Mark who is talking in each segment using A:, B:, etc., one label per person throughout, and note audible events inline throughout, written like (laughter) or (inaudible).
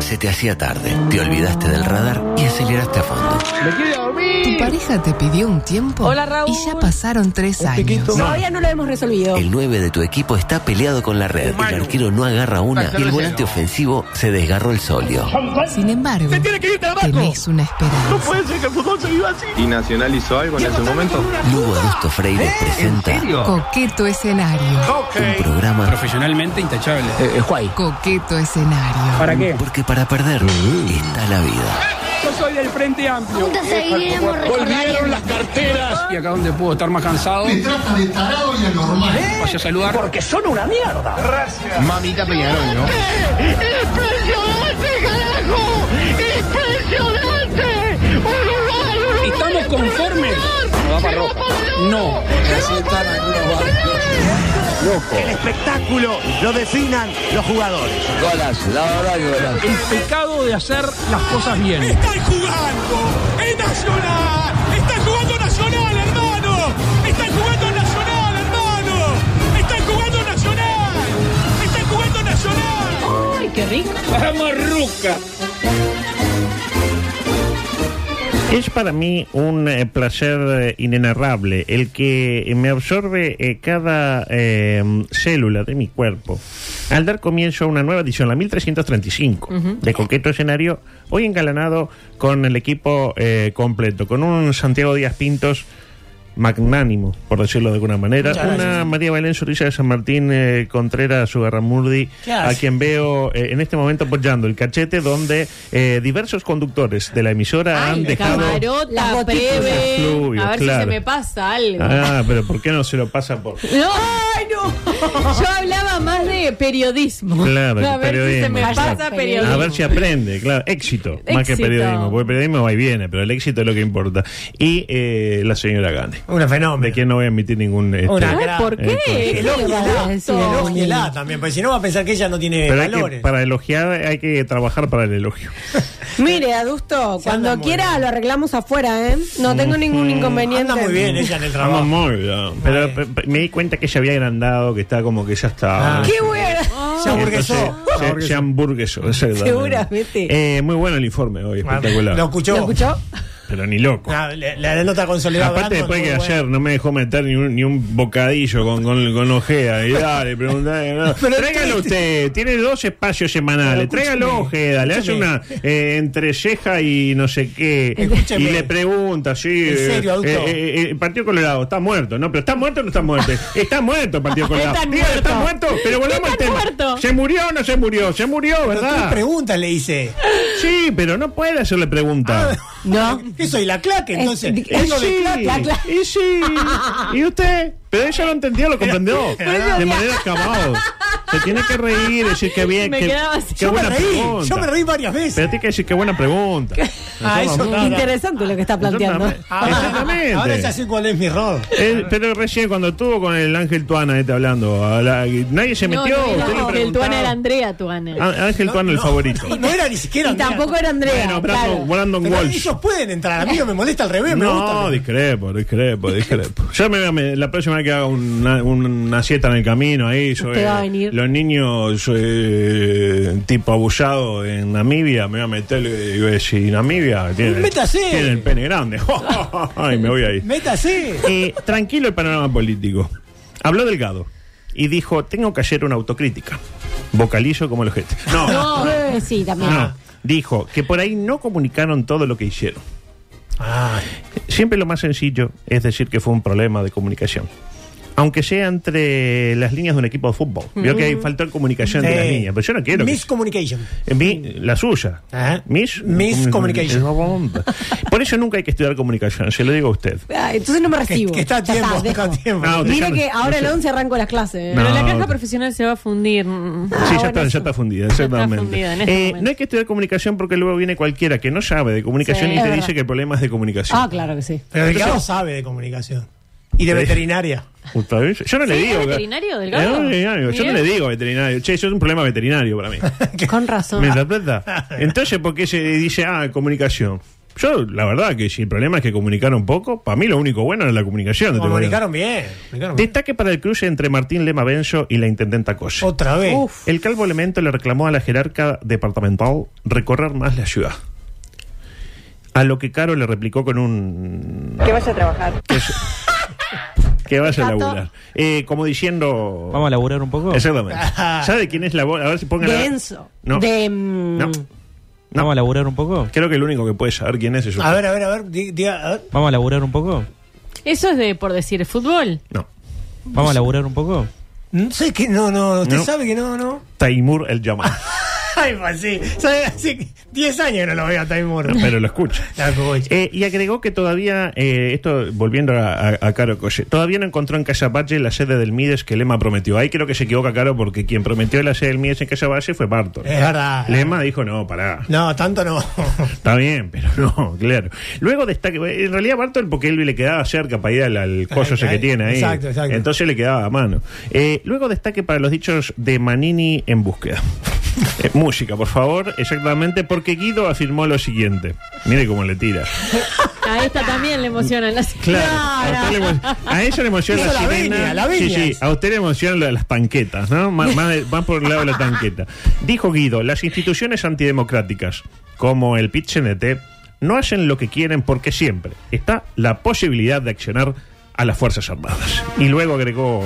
A: se te hacía tarde, te olvidaste del radar y aceleraste a fondo.
B: ¡Me quiero
C: Tu
B: dormir!
C: pareja te pidió un tiempo
D: Hola, Raúl.
C: y ya pasaron tres años.
B: piquito.
D: Todavía no lo hemos resolvido.
A: El 9 de tu equipo está peleado con la red, el arquero no agarra una y el volante ofensivo se desgarró el solio.
C: Sin embargo,
B: ¡Se tiene que ir del banco!
C: tenés una
B: ¡No
C: esperanza.
B: puede ser que el fútbol se viva así!
E: ¿Y Nacional hizo algo en ese momento?
A: Lugo Adusto Freire presenta
C: Coqueto escenario.
A: un programa
F: Profesionalmente intachable.
G: Eh,
C: Coqueto escenario.
F: ¿Para qué?
A: porque para perder está la vida.
F: Yo soy del Frente Amplio.
H: Juntos seguiremos recordando.
F: Y acá donde puedo estar más cansado. Me trata de tarado y anormal. Vaya a saludar. Porque
E: Mamita Peñarol, ¿no?
H: ¡Impresionante, carajo! ¡Impresionante!
F: estamos conformes. No da para ropa. No. El pecado de hacer las cosas bien.
I: ¡Están jugando! ¡Es Nacional! ¡Están jugando Nacional, hermano! ¡Están jugando Nacional, hermano! ¡Están jugando Nacional! ¡Están jugando Nacional!
D: Ay, qué rico.
F: Vamos, Ruca.
J: Es para mí un eh, placer eh, inenarrable el que me absorbe eh, cada eh, célula de mi cuerpo al dar comienzo a una nueva edición, la 1335, de Coqueto Escenario, hoy engalanado con el equipo eh, completo, con un Santiago Díaz Pintos magnánimo, por decirlo de alguna manera,
D: Muchas
J: una
D: gracias.
J: María Belén Sorilla de San Martín eh, Contreras Sugarramurdi,
D: ¿Qué hace?
J: a quien veo eh, en este momento apoyando el cachete donde eh, diversos conductores de la emisora han dejado...
H: Las
D: Camarota,
H: gotitas.
D: breve.
J: Fluvio,
D: a ver
J: claro.
D: si se me pasa algo.
J: Ah, pero ¿por qué no se lo pasa por...?
D: No, ¡Ay, no!
J: (laughs)
D: Yo hablaba más de periodismo.
J: Claro,
D: a ver si se
J: periodismo,
D: me
J: exacto.
D: pasa periodismo.
J: A ver si aprende, claro, éxito, más que
D: Éxito.
J: periodismo, porque el periodismo va y viene, pero el éxito es lo que importa. Y eh, la señora Gandhi,
K: Una
J: de
K: fenómeno.
J: quien no voy a emitir ningún... este,
K: Una
D: Ay,
K: gran-
D: ¿Por qué?
J: Eh,
D: ¿Qué
K: elógiela,
D: le vas a decir a alguien?
K: Elógiela también, porque si no va a pensar que ella no tiene
J: pero hay que,
K: valores.
J: para elogiar hay que trabajar para el elogio.
L: Mire, adusto, cuando
K: muy
L: quiera lo arreglamos afuera, ¿eh?
J: Mm,
L: No tengo ningún inconveniente.
K: Anda muy bien ella en el
J: Vamos
K: trabajo.
J: muy bien. Pero
K: Vale.
J: pe- pe- me di cuenta que ella había agrandado, que estaba como que ya estaba...
K: Ah.
L: Qué bueno.
K: Se hamburguesó.
J: Entonces, se- se hamburguesó, exactamente.
L: Seguramente.
J: Eh, muy bueno el informe hoy, espectacular.
K: Lo escuchó.
L: ¿Lo escuchó?
J: Pero ni loco.
K: Ah, le- La, nota con Soledad
J: Aparte
K: Brandon,
J: después que
K: muy buena.
J: ayer no me dejó meter ni un, ni un bocadillo con, con, con Ojeda y dale, preguntale. no.
K: (laughs) Pero
J: Tráigalo usted, tiene dos espacios semanales,
K: Pero escúcheme,
J: tráigalo Ojeda, le hace
K: escúcheme.
J: una eh, entre ceja y no sé qué,
K: Escúcheme.
J: y le pregunta, sí,
K: En serio,
J: eh,
K: adulto.
J: eh, eh, eh, Partido Colorado, está muerto, no, pero está muerto o no está muerto, está muerto el Partido Colorado,
D: Está
J: Dígale, está muerto,
D: muerto.
J: pero volvamos al
D: Está
J: tema,
D: muerto.
J: se murió o no se murió, se murió,
K: Pero tres
J: ¿verdad?
K: preguntas le hice.
J: Sí, pero no puede hacerle
K: Ah.
J: preguntas.
K: (laughs)
D: No.
K: ¿Qué soy? ¿La claque? Entonces,
L: di-
K: vengo de claque.
J: Y sí. (laughs) ¿Y usted? Pero ella lo entendió, lo comprendió. de manera acabado. Se tiene que reír, decir que bien.
D: Me
J: que,
D: quedaba así.
J: qué
K: Yo me
J: buena
K: reí,
J: pregunta.
K: yo me reí varias
J: Pero
K: veces.
J: tiene que decir qué buena pregunta.
K: Ah, eso no,
J: Nosotros-
K: no.
L: Interesante lo que está planteando.
J: Exactamente.
D: (laughs)
K: Ah,
J: Exactamente.
K: Ahora ya sé cuál es mi error.
J: Eh, pero recién cuando estuvo con el Ángel Tuana este hablando, a la- nadie se
D: No,
J: metió.
D: no,
J: usted le
D: no, el
J: preguntaba.
D: Tuana era Andrea Tuana.
J: Á- Ángel Tuana el
K: No,
J: favorito.
K: No, era ni siquiera.
L: Y
K: Andrea.
L: tampoco era Andrea.
J: Bueno,
L: claro.
J: Brandon, Brandon
K: Pero
J: Walsh.
K: ellos pueden entrar, a mí no me molesta al revés, Eh, me gusta.
J: No, discrepo, discrepo, discrepo. Yo me, voy a me- la próxima vez que haga una, una siesta en el camino ahí, yo,
L: Usted
J: eh,
L: va a venir.
J: los niños eh, tipo abullado en Namibia, me voy a meter y voy a decir, Namibia tiene,
K: Métase.
J: tiene el pene grande. (laughs) Ay, me voy
K: (laughs)
J: ahí.
K: Métase.
J: Eh, tranquilo el panorama político. Habló Delgado y dijo, tengo que hacer una autocrítica. Vocalizo como los gente. No, no.
D: No,
L: Eh, Sí, también.
J: Dijo que por ahí no comunicaron todo lo que hicieron. Siempre lo más sencillo es decir que fue un problema de comunicación. Aunque sea entre las líneas de un equipo de fútbol. Vio que hay
D: Mm.
J: falta de comunicación entre las
K: Sí.
J: líneas, pero yo no quiero. que-
K: Eh, Miscommunication.
J: Eh, mi- la suya.
K: Ajá.
J: Mis,
K: Mis communication.
J: Por eso nunca hay que estudiar comunicación, se lo digo a usted.
L: Ah, entonces no me
K: Que,
L: recibo.
K: que está a
L: Ya
K: tiempo,
L: dejo.
K: está a tiempo.
D: Ah,
J: No, te-
L: Mire que ahora el
J: No sé.
L: 11 arranco las clases.
J: No. Ah,
D: pero la caja profesional se va a fundir.
J: Sí, ya,
L: bueno,
J: está, ya
L: eso.
J: está fundida,
D: Ah, está
J: exactamente.
D: fundida en este
J: Eh,
D: momento.
J: no hay que estudiar comunicación porque luego viene cualquiera que no sabe de
D: Sí.
J: comunicación y
D: Es
J: te
L: verdad.
J: dice que el problema es de comunicación.
L: Ah, claro que sí.
K: Pero Delgado sabe de comunicación. Y de
J: Sí. (laughs)
K: veterinaria.
J: Justo, ¿ves? Yo no le
D: Sí,
J: digo.
D: ¿es
J: que-
D: veterinario, Delgado?
J: Eh, no, veterinario. Yo no le
D: Bien.
J: digo veterinario. Che, eso es un problema veterinario para mí.
D: Con razón.
J: (laughs) ¿Me interpreta? Entonces, ¿por qué se dice, ah, comunicación? Yo, la verdad, que si el problema es que comunicaron poco, para mí lo único bueno era la comunicación. te voy a-
K: Comunicaron bien. comunicaron bien.
J: Destaque para el cruce entre Martín Lema Benzo y la intendenta Coche.
K: Otra vez.
J: El calvo elemento le reclamó a la jerarca departamental recorrer más la ciudad. A lo que Caro le replicó con un.
M: Que vaya a trabajar. (laughs)
J: que vaya a
M: Tato.
J: laburar. Eh, como diciendo.
N: Vamos a laburar un poco.
J: Exactamente. ¿Sabe quién es la voz? A ver si pongan.
L: De
J: la-
L: Enzo.
J: No.
L: De.
J: No.
D: mm,
N: ¿Vamos a laburar un poco?
J: Creo que el único que puede saber quién es es usted.
K: A ver, a ver, a ver. di- diga, a ver.
N: ¿Vamos a laburar un poco?
D: Eso es de, por decir, fútbol.
N: ¿Vamos a laburar un poco?
K: No sé que no, no, usted
J: No.
K: sabe que no, no. (laughs)
J: Taimur el Yamal. (laughs)
K: Ay, pues sí. Sabe, hace 10 años que no lo veo a Time Warner.
J: (laughs) pero lo escucha. Eh, y agregó que todavía, eh, esto volviendo a, a- a Caro Coche, todavía no encontró en Casaballe la sede del Mides que Lema prometió. Ahí creo que se equivoca Caro porque quien prometió la sede del Mides en Casaballe fue Barton.
K: Es verdad.
J: Lema dijo, no, pará.
K: No, tanto no.
J: Está bien, pero (laughs) no, claro. Luego destaque, en realidad Barton porque él le quedaba cerca para ir al, al coso ese que tiene ahí.
K: Exacto, exacto.
J: Entonces le quedaba a mano. Eh, luego destaque para los dichos de Manini
K: (laughs)
J: en búsqueda. Eh, música, por favor, exactamente, porque Guido afirmó lo siguiente. Mire cómo le tira.
D: A esta también le emocionan las
J: Claro, a, usted le emociona- a ella le emociona
D: Hizo
J: la
D: la
J: sirena.
D: viña, la
J: sí,
D: viña.
J: sí, a usted le emociona lo de las panquetas, ¿no? Más, más de- más por el lado de la tanqueta. Dijo Guido, las instituciones antidemocráticas, como el pit CNT, no hacen lo que quieren porque siempre está la posibilidad de accionar a las Fuerzas Armadas. Y luego agregó...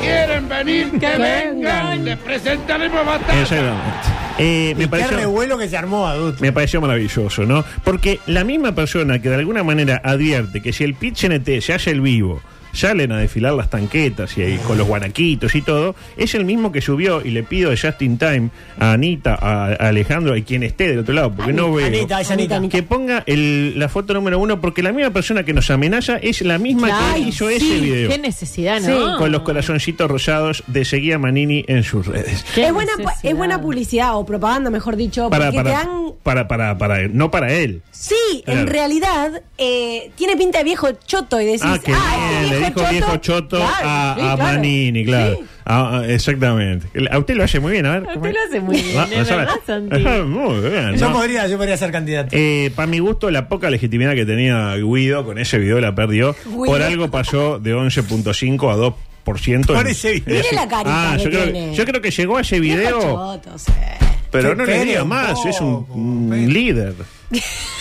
I: ¿Quieren venir?
K: Que
I: Que
K: vengan.
I: vengan. Les presentaremos batalla.
J: Exactamente. Eh, me
K: Qué
J: pareció...
K: revuelo que se armó, adulto.
J: Me pareció maravilloso, ¿no? Porque la misma persona que de alguna manera advierte que si el pitch NT se hace el vivo, salen a desfilar las tanquetas y ahí con los guanaquitos y todo, es el mismo que subió y le pido de Justin Time a Anita, a, a Alejandro, a quien esté del otro lado, porque no veo.
K: Anita, es Anita.
J: Que ponga el- la foto número uno, porque la misma persona que nos amenaza es la misma que
D: Ay,
J: hizo
D: sí,
J: ese video.
D: Qué necesidad, ¿no?
J: Con los corazoncitos rosados de seguía Manini en sus redes.
L: Es buena, es buena publicidad o propaganda, mejor dicho,
J: Para,
L: porque te
J: para,
L: han
J: para, para, para, no para él.
L: Sí, en
J: Claro.
L: realidad eh, tiene pinta de viejo choto y decís,
J: Ah, que
L: ah,
J: bien,
L: este
J: le dijo viejo choto
L: Claro,
J: a,
L: sí,
J: a
L: claro.
J: Manini, claro. Ah, ah, exactamente. A usted lo hace muy bien, a ver.
D: Usted lo hace muy bien,
J: Ah,
D: es
J: no
D: verdad,
J: sabe.
D: Santi.
J: (laughs) muy bien.
K: Yo
J: ¿no?
K: podría, yo podría ser candidato.
J: Eh, para mi gusto, la poca legitimidad que tenía Guido con ese video la perdió.
K: Guido.
J: Por algo pasó de 11.5 a 2%.
K: Por ese video.
L: Mire la carita
J: Ah,
L: que
J: yo, creo,
L: tiene.
J: yo creo que llegó a ese
L: Viejo
J: video,
L: choto, sí.
J: pero
K: Qué
J: no le diga
K: pere,
J: más. Es un mm, líder.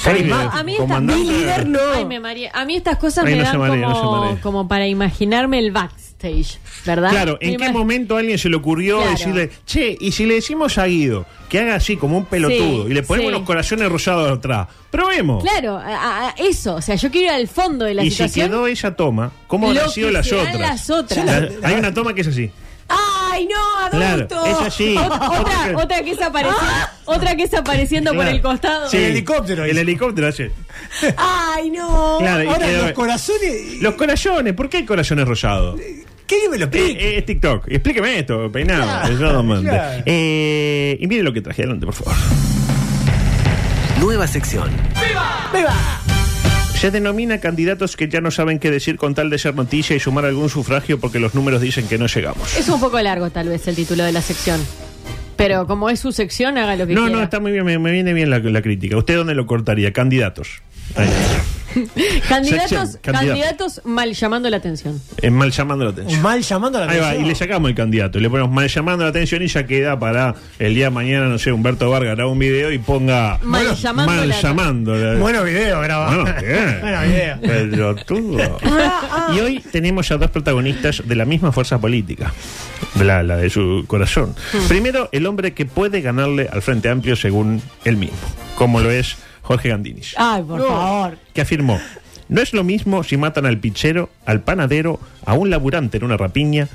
D: Ay,
J: Líder,
D: ma- a mí estas,
J: comandante.
D: Ay, me mareé. A mí estas cosas
J: Ay,
D: me
J: no se
D: dan
J: maree, no se
D: como,
J: maree.
D: como para imaginarme el backstage, ¿verdad?
J: Claro,
D: Me
J: ¿en qué
D: imag-
J: momento a alguien se le ocurrió
D: Claro.
J: decirle, che, y si le decimos a Guido que haga así como un pelotudo
D: Sí,
J: y le ponemos
D: sí.
J: los corazones rosados atrás? Probemos.
D: Claro, a- a- a eso. O sea, yo quiero ir al fondo de la
J: y si
D: situación.
J: quedó esa toma, ¿cómo
D: Lo
J: han sido
D: que
J: las
D: serán
J: otras?
D: las otras.
J: La- hay una toma que es así.
L: Ay, no, adulto.
J: Claro, es así.
D: Ot- otra, otra que es apareciendo, otra que es apareciendo por
J: Ah. Claro.
D: el costado.
J: Sí, el helicóptero. El helicóptero hace.
L: Ay, no.
J: Claro, y
K: Ahora
J: quedó-
K: los corazones.
J: Los corazones, ¿por qué hay corazones rosados?
K: ¿Qué que me lo
J: Eh,
K: explique?
J: eh, es TikTok. Explíqueme esto, peinado.
K: Claro,
J: exactamente.
K: claro.
J: Eh, y mire lo que traje adelante, por favor.
A: Nueva sección.
J: Se denomina candidatos que ya no saben qué decir con tal de ser noticia y sumar algún sufragio porque los números dicen que no llegamos.
D: Es un poco largo tal vez el título de la sección. Pero como es su sección, haga lo que
J: No,
D: quiera.
J: no, está muy bien, me, me viene bien la, la crítica. ¿Usted dónde lo cortaría? Candidatos. Ahí.
D: candidatos,
J: sección, candidato.
D: candidatos mal llamando la atención.
J: Eh, mal llamando la atención.
K: Mal llamando la
J: Ahí va, y le sacamos el candidato, le ponemos mal llamando la atención y ya queda para el día de mañana, no sé, Humberto Vargas hará un video y ponga
D: Mal llamando
J: mal
D: la-
J: llamando la-
K: Bueno video, grabado. (laughs)
J: Bueno, bien.
K: Bueno
D: (laughs)
K: video.
J: Pelotudo. Y hoy tenemos a dos protagonistas de la misma fuerza política, la, la de su corazón.
D: Hmm.
J: Primero, el hombre que puede ganarle al Frente Amplio según él mismo, como lo es Jorge Gandinis,
L: Ay, por favor.
J: que afirmó, no es lo mismo si matan al pichero, al panadero, a un laburante en una rapiña,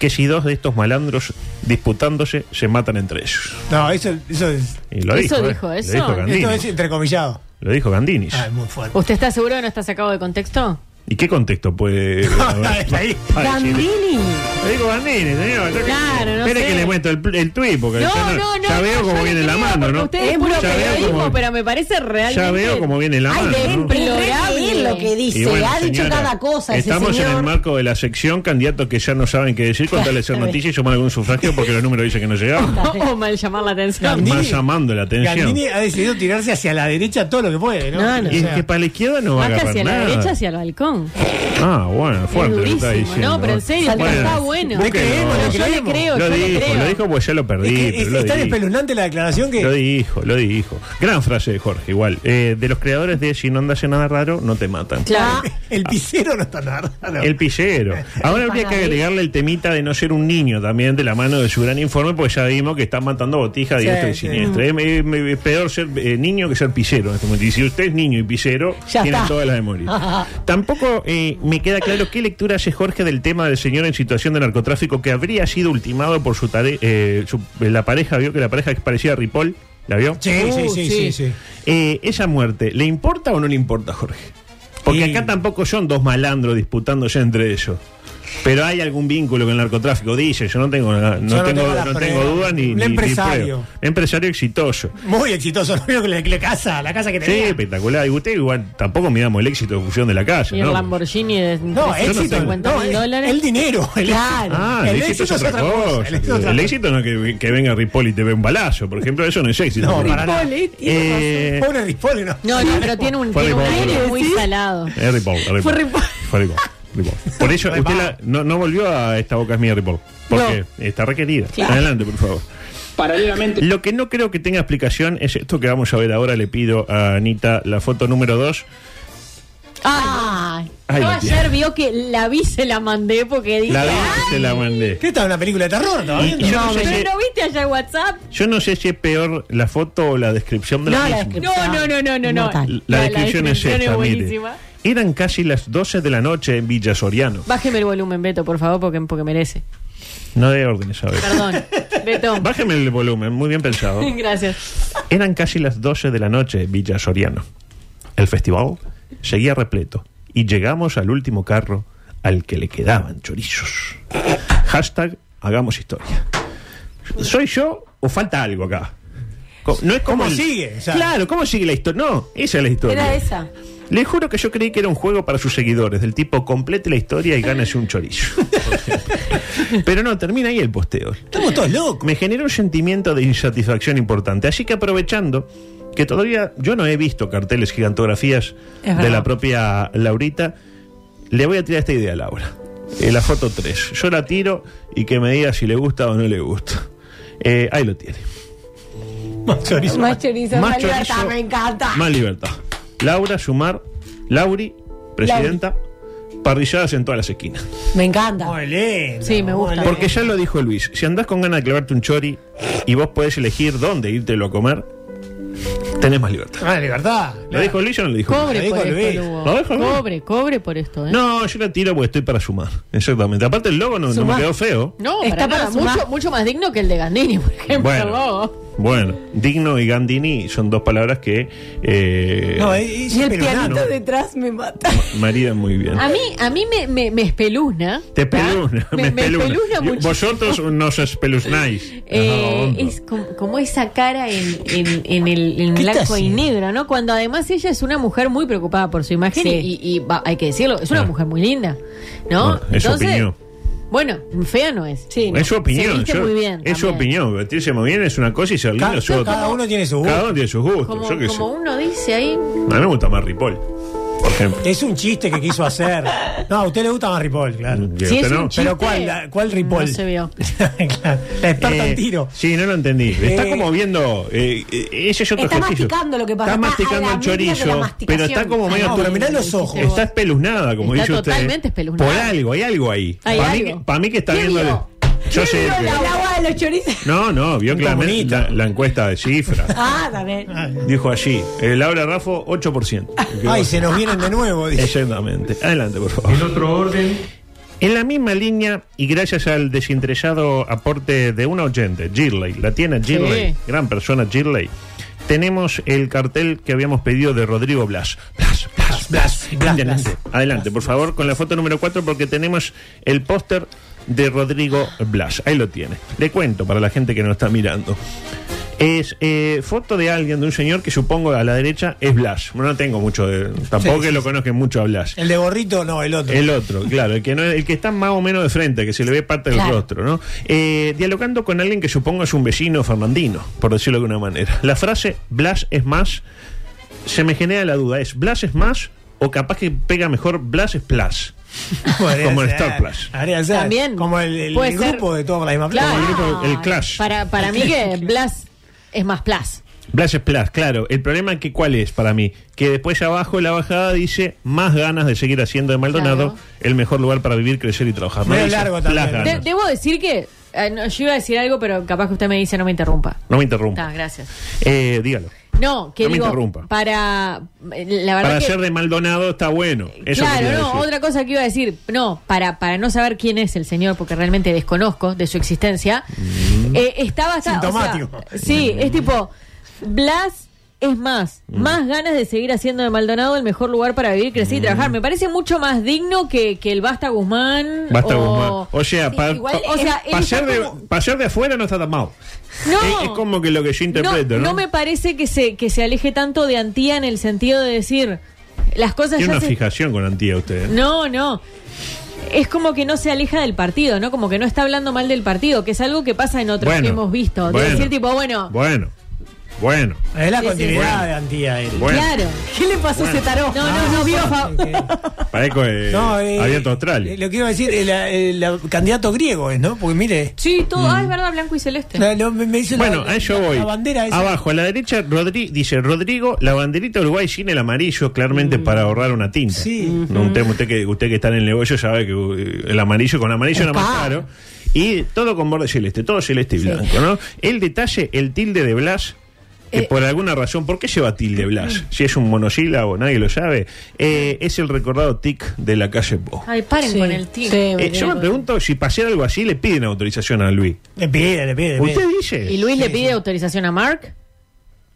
J: que si dos de estos malandros disputándose se matan entre ellos.
K: No, eso, eso es.
J: Y lo
D: ¿Eso
J: dijo, ¿eh?
D: dijo eso?
J: Lo dijo
K: Esto es Ah.
J: Gandinis.
K: entrecomillado.
J: Lo dijo Gandinis.
K: Ay, muy fuerte.
J: (laughs)
D: ¿Usted está seguro que no está sacado de contexto?
K: (laughs)
J: ¿Y qué contexto puede.?
K: Ahí.
J: Para decir-
L: Gandini.
J: Le digo Bandini, señor. yo qué
D: Claro,
J: sé.
D: no
J: Espere
D: sé.
J: que le muestro el, pl- el tuit, porque
D: No,
J: ya,
D: no, no,
J: ya veo
D: no, yo
J: cómo
D: le
J: viene la
D: creo,
J: mano,
D: porque
J: ¿no?
D: Ustedes es puro
J: ya veo
D: periodismo,
J: cómo,
D: pero me parece realmente.
J: ya veo cómo viene la mano.
L: de
J: ¿no?
L: implorable
D: Implorable. (laughs)
L: lo que dice.
J: Y bueno,
L: ha dicho
J: señora,
L: cada cosa ese
J: Estamos
L: señor.
J: en el marco de la sección candidatos que ya no saben qué decir con tal de ser
D: Claro.
J: noticias y llamar algún sufragio porque los números dicen que no llegaron.
D: o mal llamar la atención.
J: Más llamando la atención.
K: Gandini ha decidido tirarse hacia la derecha todo lo que puede, ¿no?
D: No, no.
K: O
J: Y es
K: sea,
J: que para la izquierda no va a
D: Baja
J: agarrar
D: hacia la
J: nada.
D: derecha, hacia el balcón.
J: Ah, bueno, fuerte lo que está
D: durísimo.
J: diciendo.
D: No, pero en serio,
J: Bueno,
D: pero está bueno.
J: búsquenlo.
D: Pero yo le creo,
J: Lo
D: yo le
J: dijo,
D: creo.
J: lo dijo porque ya lo perdí.
K: es que es-
J: pero lo
K: es tan
J: dijo.
K: espeluznante la declaración que.
J: Lo dijo, lo dijo. Gran frase de Jorge, igual. Eh, de los creadores de Si no andas en nada raro, no te matan.
D: Claro.
K: (laughs) El pisero no está nada raro.
J: El pillero. Ahora habría que agregarle el temita de no ser un niño también de la mano de su gran informe, porque ya vimos que están matando botijas a
K: Sí,
J: diestra
K: sí.
J: y siniestra. Es, es- es peor ser eh, niño que ser pillero en este momento. Y si usted es niño y pillero,
L: Ya
J: tiene
L: está.
J: todas las memorias. Tampoco eh, me queda claro qué lectura hace Jorge del tema del señor en situación de narcotráfico que habría sido ultimado por su tarea. la pareja, vio que la pareja que parecía Ripoll, ¿la vio?
K: Sí, sí,
L: Uh,
K: sí,
L: sí.
K: sí, sí.
J: Eh, esa muerte, ¿le importa o no le importa, Jorge? Porque acá tampoco son dos malandros disputándose entre ellos. Pero hay algún vínculo con el narcotráfico, dice. Yo no tengo, na- no
K: Yo no
J: tengo,
K: tengo la
J: no
K: prueba.
J: tengo duda ni.
K: Un
J: ni- ni
K: empresario.
J: prueba. empresario exitoso.
K: Muy exitoso, lo único que le, le casa, la casa que
J: Sí,
K: tenía.
J: espectacular. Y usted igual tampoco miramos el éxito de fusión de la
D: Y
J: calle,
D: el
J: ¿no?
D: Lamborghini de
K: No, éxito.
D: 350
K: No,
D: mil
K: el,
D: dólares.
K: el dinero. El,
L: Claro.
J: Ah, el, éxito, es otra cosa.
K: El éxito es otra
J: El
K: cosa.
J: éxito no es que, que venga Ripoll y te ve un balazo, por ejemplo, eso no es éxito.
K: No, para nada.
D: Ripoll, eh, tiene razón.
J: Eh,
K: (laughs) Pobre Rispoli, no.
D: No, no, pero tiene un,
J: Fue
D: tiene un
J: Ripoll,
D: aire
J: perdón.
D: muy salado.
J: eh, Ripoll, eh, Ripoll.
D: Fue Ripoll.
J: Fue Ripoll, Ripoll. Por eso, usted la- no, no volvió a esta boca es mía, Ripoll. Porque está requerida.
D: Claro.
J: Adelante, por favor.
F: Paralelamente.
J: Lo que no creo que tenga explicación es esto que vamos a ver ahora. Le pido a Anita la foto número 2.
D: Ay,
J: Ay,
D: yo
J: la tía.
D: ayer vio que la vi, se la mandé porque dije.
J: La vi,
D: "Ay,
J: se la mandé.
K: ¿Qué está? ¿Una película de terror? ¿no?
J: Y- y yo
D: no,
J: no sé si-
D: pero no viste allá en WhatsApp.
J: Yo no sé si es peor la foto o la descripción de
L: No,
J: la
L: la
J: misma.
D: No, no, no, no, no. no.
L: Mortal.
J: La, descripción es esta, mire.
D: buenísima.
J: Eran casi las 12 de la noche en Villa Soriano.
D: Bájeme el volumen, Beto, por favor, porque, porque merece.
J: No de órdenes, ¿sabes? (laughs)
D: Perdón, Beto.
J: Bájeme el volumen, muy bien pensado.
D: Gracias.
J: Eran casi las 12 de la noche en Villa Soriano. El festival seguía repleto y llegamos al último carro al que le quedaban chorizos. Hashtag hagamos historia. ¿Soy yo o falta algo acá? Co- No es como
K: ¿Cómo
J: el-
K: sigue? O sea-
J: claro, ¿cómo sigue la historia? No, esa es la historia.
L: Era esa.
J: Le juro que yo creí que era un juego para sus seguidores, del tipo complete la historia y gánese un chorizo. por ejemplo. Pero no, termina ahí el posteo.
K: Estamos todos locos.
J: Me generó un sentimiento de insatisfacción importante, así que aprovechando que todavía yo no he visto carteles, gigantografías de la propia Laurita, le voy a tirar esta idea a Laura. Eh, la foto 3. Yo la tiro y que me diga si le gusta o no le gusta. Eh, ahí lo tiene.
K: Más chorizo.
L: Más chorizo,
J: Más
L: más, libertad,
J: chorizo.
L: me encanta.
J: Más libertad. Laura Sumar, Lauri, presidenta, parrilladas en todas las esquinas.
L: Me encanta.
K: Muy lindo,
D: Sí, me gusta.
K: muy lindo.
J: Porque ya lo dijo Luis, si andás con ganas de clavarte un chori y vos podés elegir dónde írtelo a comer, tenés más libertad.
K: Ah, libertad.
J: ¿Lo dijo Luis o no lo dijo?
K: Lo
J: Luis?
D: Cobre
K: dijo
D: por
K: Luis.
D: esto,
J: ¿Lo dijo
D: Lugo.
J: Luis?
D: Cobre, cobre por esto, ¿eh?
J: No, yo la tiro porque estoy para sumar. Exactamente. Aparte el logo no, no me
L: Sumar.
J: quedó feo.
D: (laughs) No,
L: Está
D: para
L: para
D: nada,
L: sumar.
D: mucho, mucho más digno que el de Gandini, por ejemplo. Lugo.
J: bueno, digno y Gandini son dos palabras que eh,
K: No, es,
L: Y
K: es
L: el
K: peruano.
L: pianito detrás me mata.
J: maridan muy bien.
D: A mí, a mí me, me, me espeluzna.
J: Te
D: ¿verdad?
J: peluzna,
D: Ah, Me, me espeluzna
J: Yo-
D: mucho.
J: Vosotros nos espeluznáis. Ajá,
D: (laughs) Eh,
J: hondo.
D: es com- como, esa cara en, en- en el en
K: ¿Qué está
D: blanco y
K: haciendo?
D: negro, ¿no? Cuando además ella es una mujer muy preocupada por su imagen
L: Sí.
D: y, y- y va- hay que decirlo, es una
J: Ah.
D: mujer muy linda, ¿no?
J: Bueno, es su opinión.
D: Bueno, fea no es.
L: Sí,
J: Es su opinión.
D: Se viste
J: yo-
D: muy bien
J: es su
D: también.
J: opinión. Vestirse muy bien es una cosa y ser lindo
K: Cada,
J: es otra.
K: cada uno tiene su
J: Cada
K: gusto.
J: uno tiene sus gustos.
D: Como,
J: yo qué sé.
D: como uno dice ahí,
J: A mí me gusta más Ripoll, por ejemplo.
K: Es un chiste que quiso hacer. No, a usted le gusta más Ripoll, claro.
J: Y a
D: Si
J: usted
D: es un
J: Ah, no. Eh,
D: chiste,
K: Pero ¿cuál? la- ¿Cuál Ripoll?
D: no se vio.
K: (laughs) Claro, La experta
J: Eh,
K: en tiro.
J: Sí, no lo entendí. Está
K: Eh,
J: como viendo. eh, eh, ese es otro
L: Está
J: ejercicio.
L: masticando lo que pasa.
J: Está
L: Está a
J: masticando
L: la
J: el
L: medida de la
J: chorizo, pero
L: masticación.
J: está como
L: Ah,
J: medio.
K: No, pero mirá los
D: dijiste
K: ojos.
D: vos.
J: está espeluznada, como
D: Está
J: dice usted.
D: totalmente espeluznada.
J: Por algo, hay algo ahí.
D: Hay
J: para, Mí,
D: algo.
J: para mí que está
L: ¿Qué
J: viéndole.
L: vio?
J: Yo sé.
L: Pero
J: que-
L: El agua de los chorizos.
J: No, no, vio
K: Un
J: claramente
K: comunista.
J: la, la encuesta de cifras.
L: Ah, también.
J: Dijo allí, eh, Laura Raffo, 8%.
K: Ay, se nos vienen de nuevo. dice.
J: Exactamente. Adelante, por favor.
E: En otro orden,
J: En la misma línea, y gracias al desinteresado aporte de una oyente, Girley, la tiene Girley,
D: Sí.
J: gran persona Girley, tenemos el cartel que habíamos pedido de Rodrigo Blas. Blas, Blas, Blas.
K: Blas,
J: Adelante,
K: Blas.
J: adelante, por favor, con la foto número 4, porque tenemos el póster de Rodrigo Blas. Ahí lo tiene. Le cuento para la gente que no está mirando. Es eh, foto de alguien, de un señor que supongo a la derecha es Blas. Bueno, no tengo mucho, de- tampoco
K: Sí,
J: que
K: sí, Eh.
J: lo
K: sí.
J: conozcan mucho a Blas.
K: El de gorrito, no, el otro.
J: El otro, claro, el que, no es- el que está más o menos de frente, que se le ve parte del
K: Claro.
J: rostro, ¿no? Eh, dialogando con alguien que supongo es un vecino fernandino, por decirlo de una manera. La frase Blas es más, se me genera la duda, ¿es Blas es más o capaz que pega mejor Blas es Plus? Como el Star Plus.
K: Habría que ser
D: También.
K: Como el, el
D: Puede ser.
K: grupo de todos por la misma
D: Claro.
K: plaza.
J: El Clash.
D: Para, para mí que Blas es más Blas.
J: Blas es Plus, claro. El problema que cuál es para mí, que después abajo en la bajada dice más ganas de seguir haciendo de Maldonado el mejor lugar para vivir, crecer y trabajar. No
K: Medio
J: dice
K: largo
J: Plus
K: también.
J: ganas.
D: De- debo decir que. eh, no, yo iba a decir algo, pero capaz que usted me dice no me interrumpa.
J: No me interrumpa.
D: Está, gracias.
J: Eh, dígalo.
D: No, que
J: No me
D: digo,
J: interrumpa.
D: para eh, la verdad
J: Para
D: que
J: ser de Maldonado está bueno. Eso
D: claro,
J: quería
D: no,
J: decir.
D: otra cosa que iba a decir, no, para para no saber quién es el señor porque realmente desconozco de su existencia.
J: Mm.
D: eh, estaba hasta- o sea,
K: Sintomático.
D: sí, es tipo Blas es más,
J: Mm.
D: más ganas de seguir haciendo de Maldonado el mejor lugar para vivir, crecer y trabajar. Me parece mucho más digno que, que el Basta Guzmán.
J: Basta
D: o-
J: Guzmán. O sea, para
D: igual es- él está
J: de,
D: como-
J: pa' ser de afuera no está tan mal.
D: No.
J: Es, es como que lo que yo interpreto, ¿no?
D: no me parece que se, que se aleje tanto de Antía en el sentido de decir las cosas
J: Tiene
D: ya
J: una
D: se,
J: fijación con Antía usted. ¿eh?
D: No, no. Es como que no se aleja del partido, ¿no? Como que no está hablando mal del partido, que es algo que pasa en otros
J: Bueno,
D: que hemos visto. De
J: bueno.
D: decir, tipo, bueno,
J: Bueno, bueno.
K: Es la
D: Sí, sí.
K: continuidad
D: Bueno.
K: de Antía. eh. él.
J: Bueno.
D: claro. ¿Qué le pasó
J: Bueno. ese
D: tarot? No, no,
L: Ah,
D: no, vio. fa-
J: Parezco eh,
K: No, eh,
J: abierto a Australia.
K: Eh, Lo que iba a decir, el, el- el candidato griego es, ¿no? Porque mire,
D: Sí, todo.
J: Mm.
D: Ah, es verdad, blanco y celeste.
K: la- lo- me, me hizo la-
J: Bueno,
K: la,
J: a eso voy. Ah,
K: la bandera esa.
J: Abajo, a la derecha, Rodri- dice Rodrigo, la banderita de Uruguay sin el amarillo, claramente para ahorrar una tinta.
K: Mm. Sí.
J: No, usted, usted que, usted que está en el negocio sabe que uh, el amarillo con amarillo era más caro. Y todo con borde celeste, todo celeste y blanco, ¿no? El detalle, el tilde de Blas, que
K: Eh.
J: por alguna razón, ¿por qué lleva tilde
K: Mm.
J: Blas? Si es un monosílabo, nadie lo sabe. Eh, es el recordado tic de la calle Po.
K: Ah,
D: Ay, paren
L: Sí,
D: con el tío.
L: sí,
J: Eh, yo me pregunto si pasara algo así, le piden autorización a Luis.
K: Le pide, le pide. le pide.
J: ¿Usted dice?
D: Y Luis le pide autorización a Mark,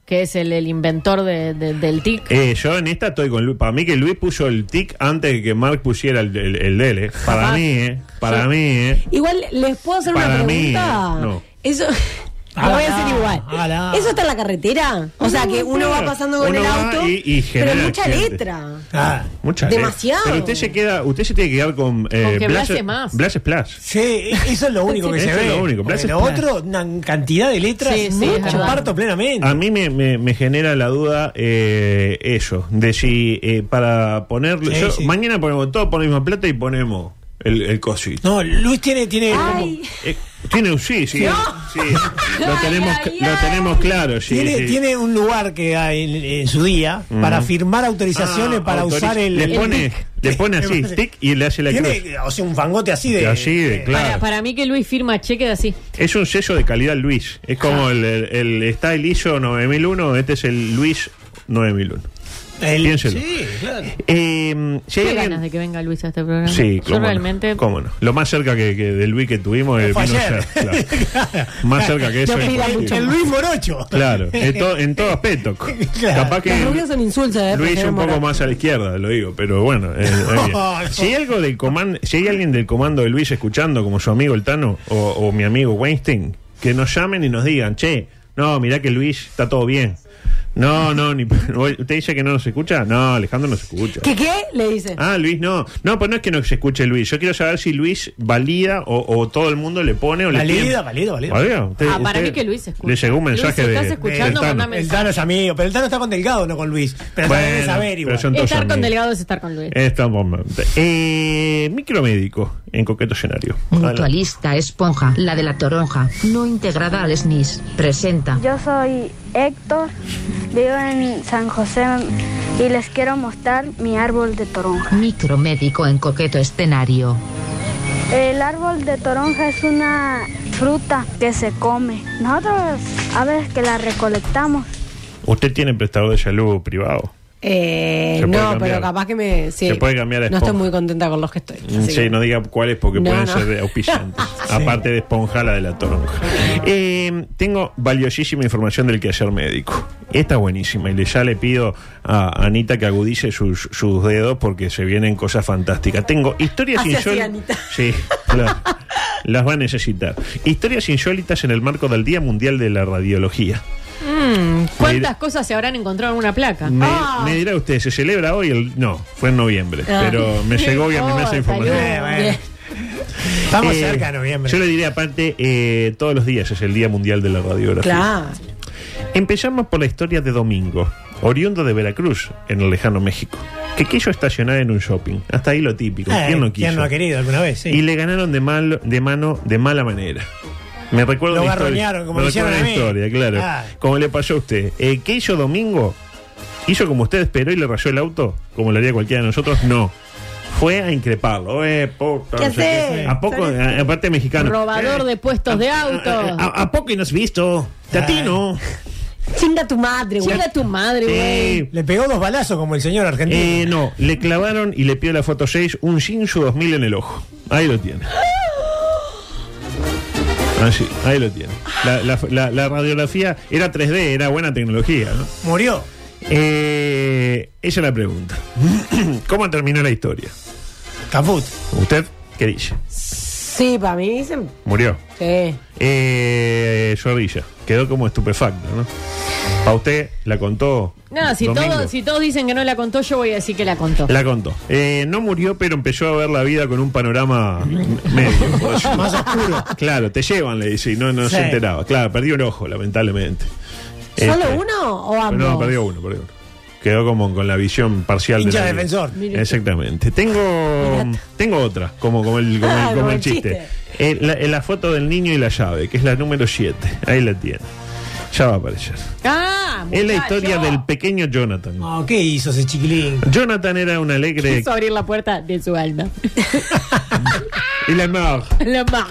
D: que es el, el inventor de- de- del TIC.
J: Eh, yo en esta estoy con Luis. Para mí que Luis puso el tic antes de que Mark pusiera el, el, el de él, eh. Para
L: Capaz.
J: mí, ¿eh? Para mí, ¿eh?
L: Igual, ¿les puedo hacer
J: Para
L: una
J: mí,
L: pregunta?
J: eh, no. Ah,
L: Eso. (laughs) Lo
K: Hágala,
L: voy a hacer igual.
K: hágala.
L: ¿Eso está en la carretera? O sea, que uno va pasando con
J: Uno
L: el
J: va
L: auto.
J: y- y genera
L: pero mucha
J: accidentes.
L: letra.
K: Ah,
J: Muchas
L: Demasiado.
J: Pero usted se queda, usted se tiene que quedar con eh,
D: que
J: Blas
D: Blas es más.
J: Blas es Blas.
K: sí, eso es lo único que
J: Eso
K: se
J: es
K: ve.
J: lo único,
K: Porque
J: Plaza
K: lo
J: es Plaza.
K: otro, una cantidad de letras,
D: Sí, sí, es verdad.
K: comparto plenamente.
J: A mí me, me- me genera la duda eh, eso, de si eh, para ponerlo.
K: Sí,
J: yo-
K: sí.
J: Mañana ponemos todo, ponemos plata y ponemos el, el cosito.
K: No, Luis tiene, tiene como-
L: Ay,
J: Eh, tiene, sí, sí, sí. Lo tenemos,
D: Ay, ay,
J: lo
D: ay.
J: tenemos claro, sí,
K: tiene,
J: sí.
K: tiene un lugar que hay en, en su día para firmar autorizaciones
J: Ah,
K: para
J: autoriza-
K: usar el.
J: Le pone, le pone
K: (laughs)
J: así, tic, y le hace la cruz.
K: tiene, o sea, un fangote así de.
J: Así de claro.
D: Para, para mí que Luis firma cheques así.
J: Es un sello de calidad Luis. Es como
K: Ah.
J: el, el, el- está el ISO 9001, este es el Luis 9001.
K: el-
J: Piénselo.
K: sí, claro.
J: Eh, si hay
D: Qué
J: alguien-
D: ganas de que venga Luis a este programa.
J: Sí,
D: Yo
J: cómo no,
D: realmente.
J: cómo no. Lo más cerca que, que de Luis que tuvimos eh,
K: Fue
J: vino
K: ayer.
J: a
K: (laughs)
J: ser, claro. Más cerca que eso.
L: No pida
J: imposible.
L: mucho
K: El Luis Morocho. (laughs)
J: Claro, en, to- en todo aspecto.
K: Claro.
J: Capaz que
L: las rubias son insulsas, ¿eh?
J: Luis
L: Para
J: un
L: ser
J: poco
L: mora-
J: más a la izquierda, lo digo, pero bueno. eh,
D: (laughs)
J: está bien.
K: No, no.
J: Si hay algo del comando, si hay alguien del comando de Luis escuchando, como su amigo el Tano o, o mi amigo Weinstein, que nos llamen y nos digan, che, no, mirá que Luis está todo bien. No, no, ni, (laughs) ¿usted dice que no nos escucha? No, Alejandro nos escucha.
L: ¿Qué qué? Le dice.
J: Ah, Luis no. No, pues no es que no se escuche Luis. Yo quiero saber si Luis valida o, o todo el mundo le pone o le
K: Valida,
J: pide-
K: valida, valida.
J: Usted-
D: Ah, para
J: usted-
D: mí que Luis escucha.
J: Le llegó un
D: Luis,
J: mensaje
D: ¿estás
J: de.
D: escuchando?
J: del Tano.
D: Mandame-
K: El Tano es amigo, pero el Tano está con Delgado, no con Luis. Pero
J: Bueno,
K: sabe saber
J: pero
K: igual.
J: son todos
D: Estar con
J: amigos.
D: Delgado es estar con Luis.
J: Estamos mal. este eh, micromédico en coqueto escenario. Adelante.
M: Mutualista Esponja, la de la toronja, no integrada al SNIS, presenta.
O: Yo soy Héctor, vivo en San José y les quiero mostrar mi árbol de toronja.
M: Micromédico en coqueto escenario.
O: El árbol de toronja es una fruta que se come. Nosotros a veces que la recolectamos.
J: Usted tiene prestador de salud privado.
L: Eh,
J: Se puede
L: no,
J: cambiar.
L: pero capaz que me. sí.
J: Se puede cambiar la
L: No
J: esponja.
L: estoy muy contenta con los que estoy.
J: Mm,
L: así
J: Sí,
L: que-
J: no diga cuáles porque
L: No,
J: pueden
L: no.
J: ser
L: (laughs)
J: auspiciantes. Aparte de esponja, la de la toronja. Eh, tengo valiosísima información del quehacer médico. Esta es buenísima y le- ya le pido a Anita que agudice sus, sus dedos porque se vienen cosas fantásticas. Tengo historias
L: Hace así,
J: insólitas.
L: Anita.
J: Sí, la- las va a necesitar. Historias insólitas en el marco del Día Mundial de la Radiología.
D: Mm, ¿Cuántas
J: Mira.
D: cosas se habrán encontrado en una placa?
J: Me,
D: Ah.
J: me dirá usted, ¿se celebra hoy? El, no, fue en noviembre,
D: Ah.
J: pero me llegó hoy a
L: (laughs)
J: mí
D: Oh,
J: me hace información.
D: salud.
K: Bien. Eh, Estamos
J: Eh,
K: cerca de noviembre.
J: Yo le diría, aparte, eh, todos los días es el Día Mundial de la Radiografía.
K: Claro.
J: Empezamos por la historia de Domingo, oriundo de Veracruz, en el lejano México, que quiso estacionar en un shopping. Hasta ahí lo típico.
K: Eh,
J: ¿Quién no quiso?
K: ¿Quién no ha querido alguna vez? Sí.
J: Y le ganaron de, mal, de mano de mala manera. Me recuerdo
K: Lo
J: la historia.
K: garroñaron, como
J: Me
K: lo hicieron
J: recuerda
K: a mí.
J: la historia, claro.
K: Ah.
J: Como le pasó a usted. Eh, ¿Qué hizo Domingo? ¿Hizo como usted esperó y le rayó el auto? Como lo haría cualquiera de nosotros, no. Fue a increparlo. Eh, puta,
D: ¿Qué
J: no sé
D: haces?
J: ¿A poco? A- Aparte mexicano.
D: Robador
J: Eh,
D: de puestos de auto.
J: ¿A, a poco y no has visto?
K: Ah.
J: Tatino.
D: Chinga tu madre,
J: güey.
D: Chinga tu madre, güey.
J: eh, Sí.
K: Le pegó dos balazos como el señor argentino.
J: Eh, no, le clavaron y le pidió la foto 6 un Shinsu 2000 en el ojo. Ahí lo tiene. Así, ahí lo tiene. La, la- la- la radiografía era 3D, era buena tecnología, ¿no?
K: Murió.
J: Eh, esa es la pregunta. (clears throat) ¿Cómo terminó la historia?
K: Caput.
J: ¿Usted qué dice?
L: Sí, para mí dicen.
J: Murió.
L: Sí.
J: Eh, Zorrilla, quedó como estupefacto, ¿no? A usted la contó.
D: No, si
J: Domingo.
D: todos, si todos dicen que no la contó, yo voy a decir que la contó.
J: (laughs) La contó. Eh, no murió, pero empezó a ver la vida con un panorama medio. por decirlo.
K: Más oscuro.
J: Claro, te llevan, le dice, y no, no
K: Sí.
J: se enteraba. Claro, perdió un ojo, lamentablemente.
L: ¿Solo
J: Este,
L: uno o ambos?
J: No, perdió uno, perdió uno. Quedó como con la visión parcial
K: Hincha
J: la vida.
K: defensor.
J: Exactamente. Tengo, tengo otra, como, como el, como el-
K: Ah,
J: como el chiste. Eh, la, eh, la foto del niño y la llave, que es la número 7. Ahí la tiene. Ya va a aparecer.
D: Ah,
J: Es la
D: muchacho.
J: historia del pequeño Jonathan.
K: No, ¿Qué hizo ese chiquilín?
J: Jonathan era un alegre
D: Quiso abrir la puerta de su
J: (laughs)
D: alma.
J: y la mar.
D: la mar.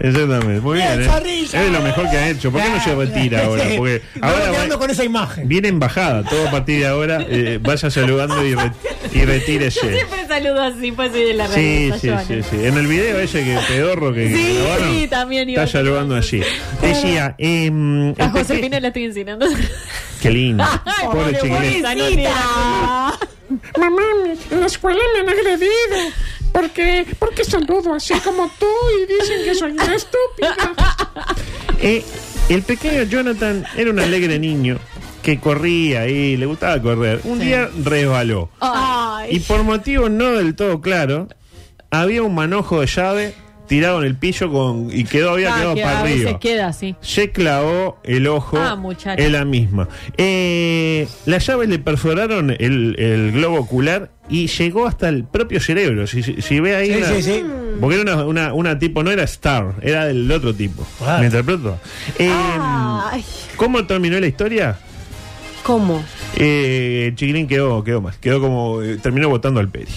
J: Exactamente, muy
D: Bien,
J: bien. ¿eh?
D: Zorrilla.
J: Es lo mejor que han hecho. ¿Por qué no
K: (laughs)
J: se retira ahora? Porque ahora
K: Ahora
J: va-
K: quedando con esa imagen.
J: viene embajada. Todo a partir de ahora eh, vaya saludando y, re- y
D: Yo
J: retírese.
D: siempre saludo así, pues soy de la
J: Sí,
D: realeza,
J: sí,
D: yo,
J: sí,
D: ¿no?
J: sí. En el video ese que pedorro que
D: Sí,
J: grabaron,
D: sí, también iba
J: está saludando así. Decía, em, el
D: A José
J: peque-
D: Pina la estoy enseñando.
J: qué lindo.
D: (laughs) Ay,
J: Pobre chiquilín.
D: pobrecita, no tiene la
P: Mamá, en la escuela me han agredido. Porque, porque saludo así como tú y dicen que soy una estúpida.
J: Eh, el pequeño Jonathan era un alegre niño que corría y le gustaba correr. Un día resbaló.
D: Ay.
J: Y por motivos no del todo claro, había un manojo de llave tirado en el pillo con, y quedó, había
D: Ah,
J: quedado
D: que
J: para
D: a veces
J: arriba.
D: queda así.
J: Se clavó el ojo
D: Ah, muchacho.
J: en la misma. Eh, las llaves le perforaron el, el globo ocular y llegó hasta el propio cerebro. Si, si- si ve ahí.
K: Sí,
J: una-
K: sí, sí.
J: Porque era una, una- una tipo, no era Star, era del otro tipo.
K: Claro.
J: ¿Me interpreto? Eh,
L: Ay.
J: ¿Cómo terminó la historia?
L: ¿Cómo?
J: Eh, Chiquirín quedó, quedó mal. Quedó como. eh, terminó votando al Peri.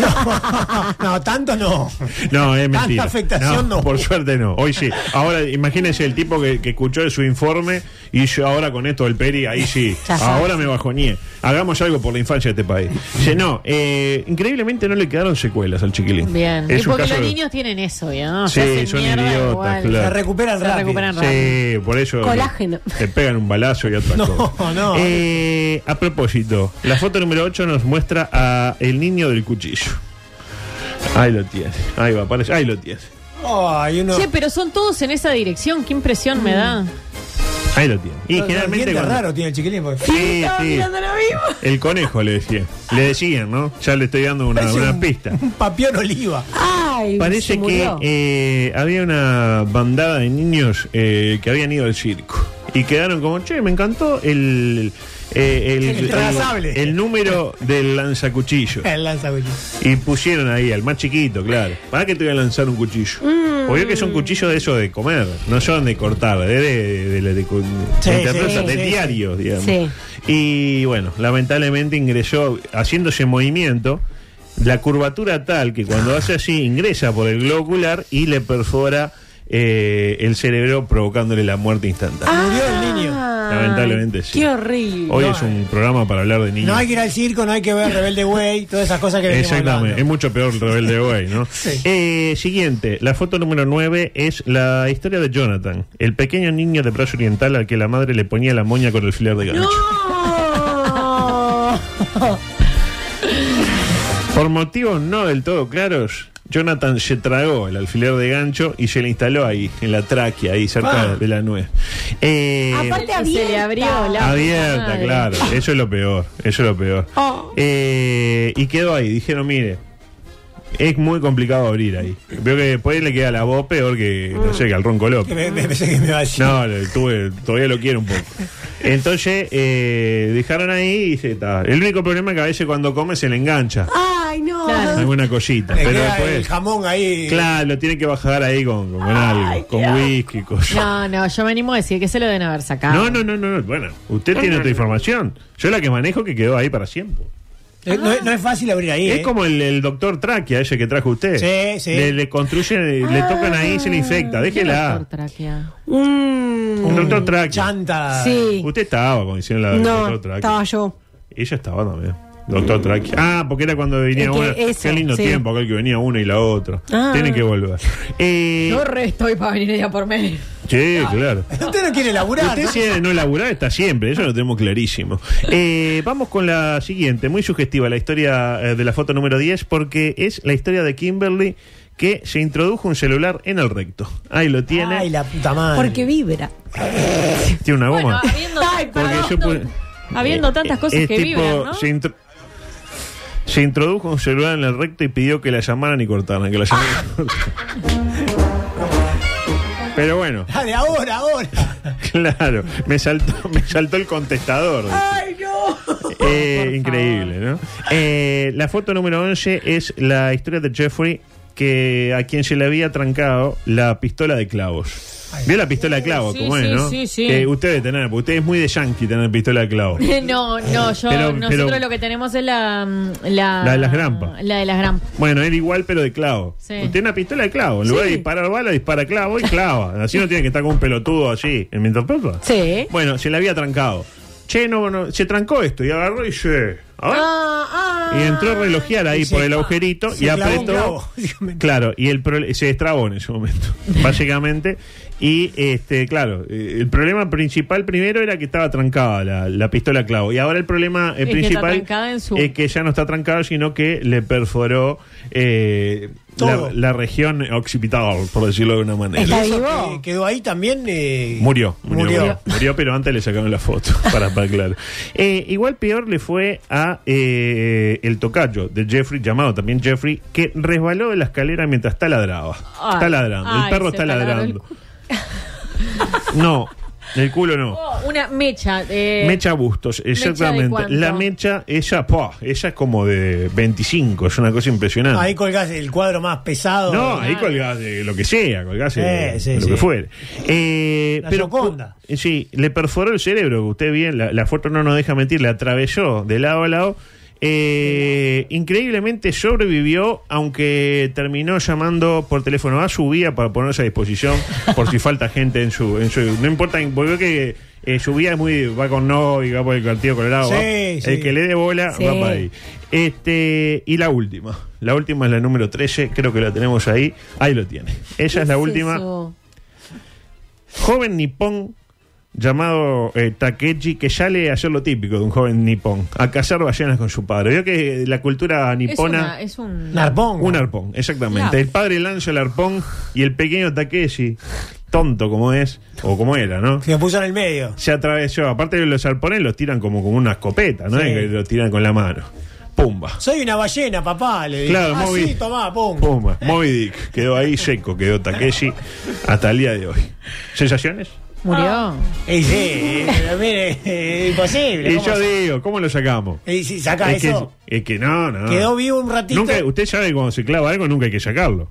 K: No, (laughs) no, tanto no.
J: (laughs) No, es
K: Tanta
J: mentira.
K: afectación no.
J: Por suerte no. Hoy sí. Ahora, imagínense el tipo que, que escuchó de su informe y yo ahora con esto del Peri,
D: (laughs)
J: ahí sí.
K: Ya sabes.
J: Ahora me bajoñé. Hagamos algo por la infancia de este país. Dice, no, eh, increíblemente no le quedaron secuelas al chiquilín.
D: Bien.
J: Es
D: y
J: un
D: porque
J: caso
D: los
J: de-
D: niños tienen eso, ya. ¿no?
J: Sí,
D: Se hacen
J: son
D: mierda
J: idiotas,
D: igual.
J: claro. Se
K: recuperan
D: Se
K: rápido.
D: recuperan rápido.
J: Sí, por eso.
D: Colágeno.
J: Te pegan un balazo y otra cosa.
K: (laughs) no.
J: Eh, a propósito, la foto número 8 nos muestra a el niño del cuchillo. Ahí lo tienes. Ahí va, aparece. Ahí lo tienes.
K: Ay, uno.
D: Che, pero son todos en esa dirección. Qué impresión
J: Mm.
D: me da.
J: Ahí lo tienes. Y
K: Los- los
J: generalmente.
K: dientes
J: cuando-
K: raro tiene el chiquilín. porque-
J: Sí, sí. El conejo le decía. Le decían, ¿no? Ya le estoy dando una,
K: Parece
J: una
K: un- (laughs)
J: pista.
K: Un papión oliva. (laughs)
L: Ay, se
J: Parece que
L: murió.
J: eh, había una bandada de niños eh, que habían ido al circo y quedaron como, che, me encantó el eh, el,
K: El trazable.
J: el número
K: (laughs)
J: del lanzacuchillo.
K: El lanzacuchillo.
J: Y pusieron ahí al más chiquito, claro. ¿Para qué te voy a lanzar un cuchillo?
K: Mm.
J: Obvio que son cuchillos de eso de comer, no son de cortar, de, de, de- de- de- ¿me interpretas?
K: sí,
J: De
K: sí, sí.
J: diario, digamos.
K: Sí.
J: Y bueno, lamentablemente ingresó haciéndose movimiento. La curvatura tal que cuando hace así ingresa por el globo ocular y le perfora eh, el cerebro provocándole la muerte instantánea.
K: Murió el niño.
J: Lamentablemente sí.
K: Ah, Qué horrible.
J: Hoy
K: No,
J: es un programa para hablar de niños.
K: No hay que ir al circo, no hay que ver Rebelde Way, todas esas cosas que venimos
J: Exactamente, es mucho peor el rebelde hoy,
K: (laughs)
J: ¿no? Eh, siguiente, la foto número 9 es la historia de Jonathan, el pequeño niño de brazo oriental al que la madre le ponía la moña con el filar de gancho. Por motivos no del todo claros, Jonathan se tragó el alfiler de gancho y se le instaló ahí, en la tráquea, ahí cerca
K: Ah.
J: de la nuez. Eh,
D: Aparte Se le abrió la
J: abierta,
D: madre.
J: claro. Eso es lo peor, eso es lo peor. Eh, y quedó ahí, dijeron, mire, es muy complicado abrir ahí. Veo que después le queda la voz peor que, no sé, que al ronco loco.
K: Me, me pensé que me iba a decir.
J: No, lo tuve- todavía lo quiero un poco. Entonces, eh, dejaron ahí y se está. El único problema es que a veces cuando come se le engancha
L: Ay, no.
J: alguna cosita.
K: Le
J: Pero
K: queda
J: después,
K: el jamón ahí.
J: claro, lo tiene que bajar ahí con, con algo, con whisky, con...
D: No, no, yo me animo a decir que se lo deben haber sacado.
J: No, no, no, no, no. Bueno, usted tiene otra información. Yo la que manejo que quedó ahí para siempre.
K: Eh, No, es- no es fácil abrir ahí.
J: es
K: eh.
J: como el, el doctor Tráquea, ese que trajo usted.
K: Sí, sí.
J: Le, le construyen, le
L: Ah.
J: tocan ahí y se le infecta. Déjela. Un doctor Tráquea.
K: Chanta.
L: Sí.
J: Usted estaba cuando hicieron la
L: Mm, No,
J: doctor Ah, Tráquea.
L: estaba yo.
J: Ella estaba también. Doctor Traqui. Ah, porque era cuando venía
L: Es que
J: una.
L: eso,
J: Qué lindo
L: sí.
J: tiempo aquel que venía una y la otra.
D: Ah.
J: Tiene que volver. Eh,
D: Yo re estoy para venir ella por medio.
J: Sí, claro.
K: (laughs) Usted no quiere laburar.
D: Ah,
J: Usted
K: ¿no?
J: si es de no laburar está siempre, eso lo tenemos clarísimo. Eh, vamos con la siguiente, muy sugestiva la historia eh, de la foto número 10 porque es la historia de Kimberly que se introdujo un celular en el recto. Ahí lo tiene.
K: Ay, la puta madre.
L: Porque vibra.
J: Tiene una goma.
D: Habiendo,
J: Porque yo pu-
D: habiendo tantas cosas
J: es
D: que
J: tipo,
D: viven, ¿no?
J: se, intro- se introdujo un celular en el recto y pidió que la llamaran y cortaran, que la llamaran
D: Ah.
J: y cortaran. Pero bueno,
K: Dale, ahora, ahora.
J: (laughs) claro, me saltó, (laughs) me saltó el contestador.
K: Ay, no.
J: Eh, increíble, ¿no? Eh, la foto número 11 es la historia de Jeffrey que a quien se le había trancado la pistola de clavos. ¿Vio la pistola de clavos?
D: Sí,
J: ¿Cómo es,
D: sí,
J: no?
D: sí, sí.
J: Que usted debe tener, porque usted es muy de yankee tener pistola de clavos.
D: (laughs) No, no, yo,
J: Pero-
D: nosotros
J: pero-
D: lo que tenemos es la, mm, la,
J: La de las grampas.
D: la de las grampas.
J: Bueno, era igual, pero de clavo.
D: Sí.
J: Usted tiene una pistola de clavo. En lugar de disparar bala, dispara clavo y clava. Así no tiene que estar con un pelotudo así. ¿En mientras papa?
D: Sí.
J: Bueno, se le había trancado. Che, no, no, se trancó esto y agarró y se. a ver.
D: Ah,
J: Y entró a relojear ahí por el agujerito
K: Se
J: y
K: clavó un
J: apretó.
K: clavo, (laughs)
J: Claro, y el pro- se destrabó en
D: (laughs)
J: ese momento, básicamente. Y este, claro, eh, el problema principal primero era que estaba trancada la, la pistola clavo. Y ahora el problema eh,
D: Es que está
J: principal
D: trancada en su-
J: es que ya no está trancada, sino que le perforó eh,
K: Todo.
J: la, la región occipital, por decirlo de una manera.
K: Y eso que quedó ahí también. eh,
J: Murió, murió,
K: Murió.
J: murió. Murió, pero antes le sacaron la foto, (laughs) para, para aclarar. Eh, igual peor le fue a eh, el tocayo de Jeffrey, llamado también Jeffrey, que resbaló de la escalera mientras taladraba.
D: Ay,
J: está ladrando, el
D: ay,
J: perro
D: se
J: está
D: taladraba el
J: ladrando. no, el culo no.
D: Oh, una mecha. eh,
J: Mecha Bustos, exactamente.
D: cuánto?
J: la mecha, ella, ¡pua! ella es como de 25, es una cosa impresionante.
K: Ah, Ahí colgás el cuadro más pesado.
J: No, ahí colgás de lo que sea, colgás de
K: Eh, sí,
J: lo
K: sí.
J: que fuere. Eh,
K: La
J: pero,
K: Gioconda.
J: cu- eh, Sí, le perforó el cerebro, usted bien, la, la foto no nos deja mentir, le atravesó de lado a lado. Eh, increíblemente sobrevivió, aunque terminó llamando por teléfono a su vía para ponerse a disposición por si falta gente en su... En su no importa, porque veo que eh, su vía es muy... Va con no y va por el partido colorado.
K: Sí,
J: va.
K: sí.
J: El que le dé bola
K: Sí.
J: va para ahí. Este, y la última. La última es la número 13, creo que la tenemos ahí. Ahí lo tiene. Ella es la última.
D: eso.
J: Joven nipón llamado eh, Takechi, que sale a hacer lo típico de un joven nipón, a cazar ballenas con su padre. Vio que la
D: Es,
J: cultura
D: una,
J: nipona...
D: es un.
J: Un arpón, exactamente.
D: Claro.
J: El padre lanza el arpón y el pequeño Takeshi, tonto como es, o como era, ¿no?
K: Se lo puso en el medio.
J: se atravesó. Aparte de los arpones los tiran como con una escopeta, ¿no?
K: Sí.
J: Es que lo tiran con la mano. Pumba.
K: Soy una ballena, papá. Le digo.
J: Claro,
K: ah,
J: Moby.
K: sí, tomá, pum.
J: Pumba. Moby Dick. Quedó ahí seco, quedó Takeshi hasta el día de hoy. ¿Sensaciones?
D: Murió.
K: Y sí, eh, pero mire, eh, imposible.
J: Y
K: ¿cómo
J: yo
K: hace?
J: digo, ¿cómo lo sacamos?
K: Y si saca
J: es,
K: eso,
J: Que, es que no, no.
K: quedó vivo un ratito.
J: Nunca, usted sabe que cuando se clava algo nunca hay que sacarlo.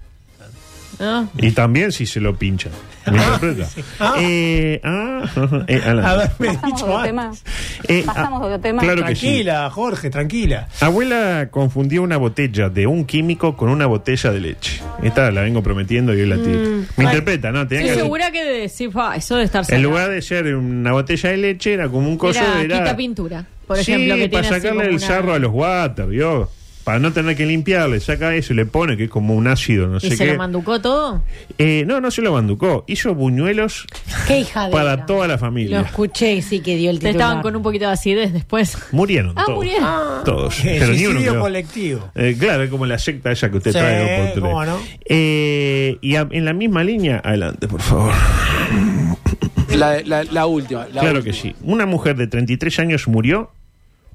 D: Ah.
J: Y también si se lo pinchan. ¿Me
K: (laughs)
J: interpreta? Eh, ah, eh, Alan.
K: Haberme dicho antes.
J: Eh, ah, Claro que sí.
K: tranquila, Jorge, tranquila.
J: Abuela confundió una botella de un químico con una botella de leche. Esta la vengo prometiendo y hoy la tiro.
D: Mm.
J: Me
D: Ay.
J: interpreta, ¿no? Tenía
D: Estoy
J: que
D: segura que de decir, "Fa, eso de estar
J: En
D: cerrado".
J: lugar de ser una botella de leche, era como un coso
D: Era
J: era-
D: quita pintura, por
J: Sí,
D: ejemplo. Que
J: para
D: tiene así
J: sacarle
D: como
J: el
D: una-
J: sarro a los water, ¿vio? Para no tener que limpiarle, saca eso y le pone que es como un ácido, no
D: ¿Y
J: sé
D: se
J: qué.
D: lo manducó todo?
J: Eh, no, no se lo manducó. Hizo buñuelos
Q: Qué hija de.
J: para toda la
Q: Lo
J: familia.
Q: escuché y sí que dio el
D: Te
Q: titular.
D: estaban con un poquito de acidez después.
J: Murieron
D: Ah,
J: todos.
D: murieron.
J: Todos.
K: Eh,
J: Pero ni uno
K: suicidio
J: quedó.
K: colectivo.
J: Eh, claro, es como la secta esa que usted
K: Sí,
J: trae por
K: cómo
J: teléfono.
K: no.
J: Eh, y a- en la misma línea, adelante, por favor.
G: La, la- la última. la
J: claro
G: última.
J: que sí. Una mujer de 33 años murió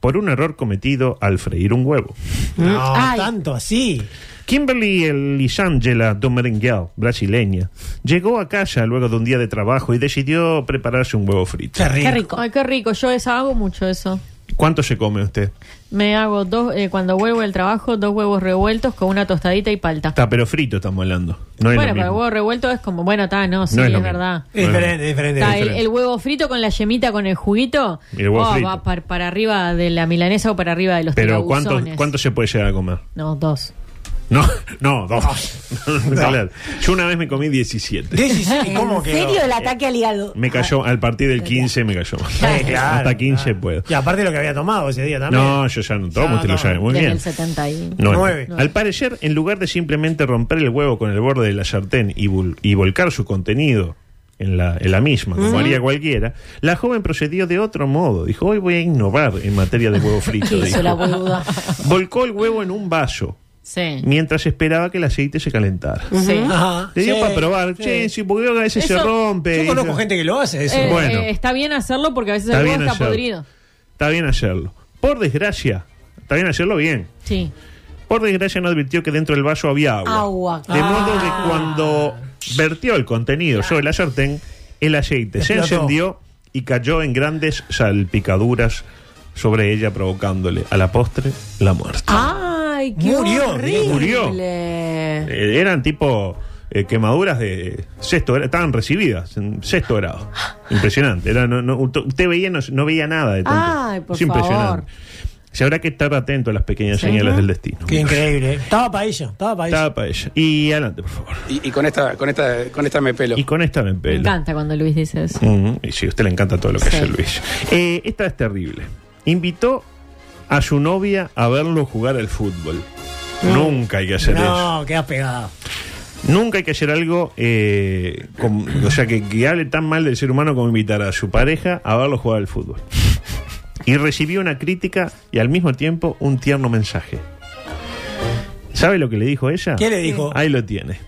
J: por un error cometido al freír un huevo.
K: No, tanto así.
J: Kimberly Elisangela Domerenguel, brasileña, llegó a casa luego de un día de trabajo y decidió prepararse un huevo frito.
D: Qué rico. Ay, qué rico. Yo esa hago mucho eso.
J: ¿Cuánto se come usted?
D: Me hago dos, eh, cuando vuelvo del trabajo, dos huevos revueltos con una tostadita y palta.
J: Está, pero frito estamos hablando. No es
D: bueno,
J: lo
D: pero el
J: mismo.
D: huevo revuelto es como, bueno, está, no, sí,
J: No es
D: es,
J: lo mismo.
D: verdad.
J: Es diferente,
K: es diferente,
D: Está,
K: es
D: el,
K: diferente.
D: el huevo frito con la yemita, con el juguito, oh,
J: Y el huevo frito.
D: va par- para, arriba de la milanesa o para arriba de los
J: Pero ¿cuánto,
D: tirabuzones.
J: ¿cuánto se puede llegar a comer?
D: No, dos.
J: No, (laughs) no, dos. (laughs) Claro. Yo una vez me comí 17.
Q: ¿En serio el ataque al hígado?
J: Me cayó, al partir del 15 me cayó.
K: claro,
J: Hasta 15 puedo.
K: Y aparte lo que había tomado ese día también.
J: No, yo ya no tomo, usted lo sabe muy
D: Desde
J: bien.
D: el 70 y...
J: No, no.
K: Nueve.
J: Al parecer, en lugar de simplemente romper el huevo con el borde de la sartén y, vol- y volcar su contenido en la, en la misma, como
Q: Ujú.
J: haría cualquiera, la joven procedió de otro modo. Dijo, hoy voy a innovar en materia
K: (laughs)
J: de huevo frito.
Q: ¿Qué hizo
J: dijo.
Q: la
J: (laughs)
Q: boluda?
J: Volcó el huevo en un vaso
D: Sí.
J: mientras esperaba que el aceite se calentara.
D: Sí.
K: Ajá,
J: Le dio
K: sí,
J: para probar.
K: sí.
J: Che, si porque a veces se
D: Eso-
J: rompe.
K: Yo conozco
J: Eso-
K: gente que lo hace eso.
D: Eh,
J: Bueno.
D: eh, está bien hacerlo porque a veces
J: Está
D: el
J: bien
D: huevo está
J: hacerlo.
D: podrido.
J: Está bien hacerlo. Por desgracia, está bien hacerlo bien.
D: Sí.
J: Por desgracia no advirtió que dentro del vaso había agua.
Q: Agua.
J: De modo que cuando vertió el contenido sobre la sartén, el aceite se
Q: Explotó.
J: encendió y cayó en grandes salpicaduras sobre ella, provocándole a la postre la muerte.
Q: Ay, qué
J: Murió,
Q: horrible.
J: murió. Eh, eran tipo eh, quemaduras de sexto grado, estaban recibidas en sexto grado. Impresionante. Era, no, no, ut- usted veía, no, no veía nada de tanto.
Q: Ay, por
J: es impresionante. Se habrá que estar atento a las pequeñas
K: Sí.
J: señales del destino.
K: Qué increíble. ¿eh? Estaba para ella, estaba para ella.
J: Estaba para ella. Y adelante, por favor.
G: Y, y con esta, con esta, con esta me pelo.
J: Y con esta me
D: Me
J: pelo.
D: encanta cuando Luis dice eso.
J: Ujú. Y sí, a usted le encanta todo lo que
D: Sí.
J: hace Luis. Eh, esta es terrible. Invitó a su novia a verlo jugar al fútbol. Nunca hay que hacer eso.
K: No, quedas pegado.
J: Nunca hay que hacer algo, eh, com- o sea, que, que hable tan mal del ser humano como invitar a su pareja a verlo jugar al fútbol. Y recibió una crítica y al mismo tiempo un tierno mensaje. ¿Sabe lo que le dijo ella?
K: ¿Qué le dijo?
J: Ahí lo tiene.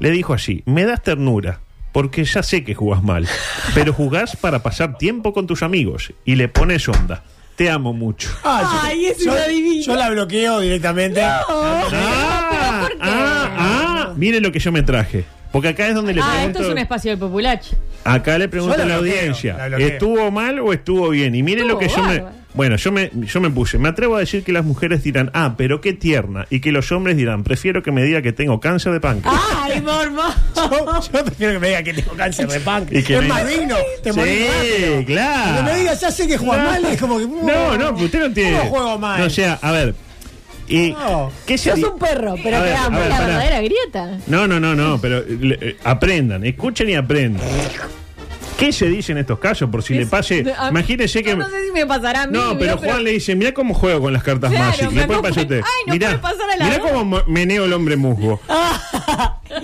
J: Le dijo así, me das ternura, porque ya sé que jugás mal, pero jugás para pasar tiempo con tus amigos y le pones onda. Te amo mucho.
K: Ay, es una divina. Yo la bloqueo directamente.
D: Oh,
J: Ah, miren lo que yo me traje. Porque acá es donde le
D: Ah,
J: pregunto-
D: esto es un espacio del populache.
J: Acá le pregunto
D: Yo la
J: a la
D: bloqueo,
J: audiencia,
D: la bloqueo.
J: ¿estuvo mal o estuvo bien? Y miren lo que
D: Estuvo
J: yo me...
D: bárbaro.
J: Bueno, yo me, yo me puse, me atrevo a decir que las mujeres dirán, ah, pero qué tierna, y que los hombres dirán, prefiero que me diga que tengo cáncer de
D: Ah,
J: páncreas.
K: Ay, mormo. Yo, (laughs) yo prefiero que me diga que tengo cáncer de páncreas.
J: Y que
K: es
J: me-
K: más digno. Te morís
J: sí,
K: rápido.
J: claro.
K: Que me digas, ya sé que juega
J: No.
K: mal, es como que. "Uh,
J: No, no, usted no tiene...
K: ¿Cómo juego mal?
J: No, o sea, a ver... Y, ¿qué
Q: Sos
J: sería-
Q: un perro, pero
J: A
Q: te
J: ver,
Q: amo.
J: a ver,
Q: La
J: pará.
Q: verdadera
D: grieta.
J: No, no, no, no, pero eh, le- eh, aprendan, escuchen y aprendan. ¿Qué se dice en estos casos? Por si le pase...
D: A-
J: Imagínese que...
D: Yo no sé si me pasará a mí.
J: No, pero
D: mirá,
J: Juan le dice, mira cómo juego con las cartas
D: Claro,
J: Magic.
D: me
J: Le puede pasar a
D: acompaña-
J: usted.
D: Ay, no
J: mirá,
D: puede pasar a la
J: mirá
D: hora.
J: cómo mo- meneo el
D: (laughs)
J: hombre musgo.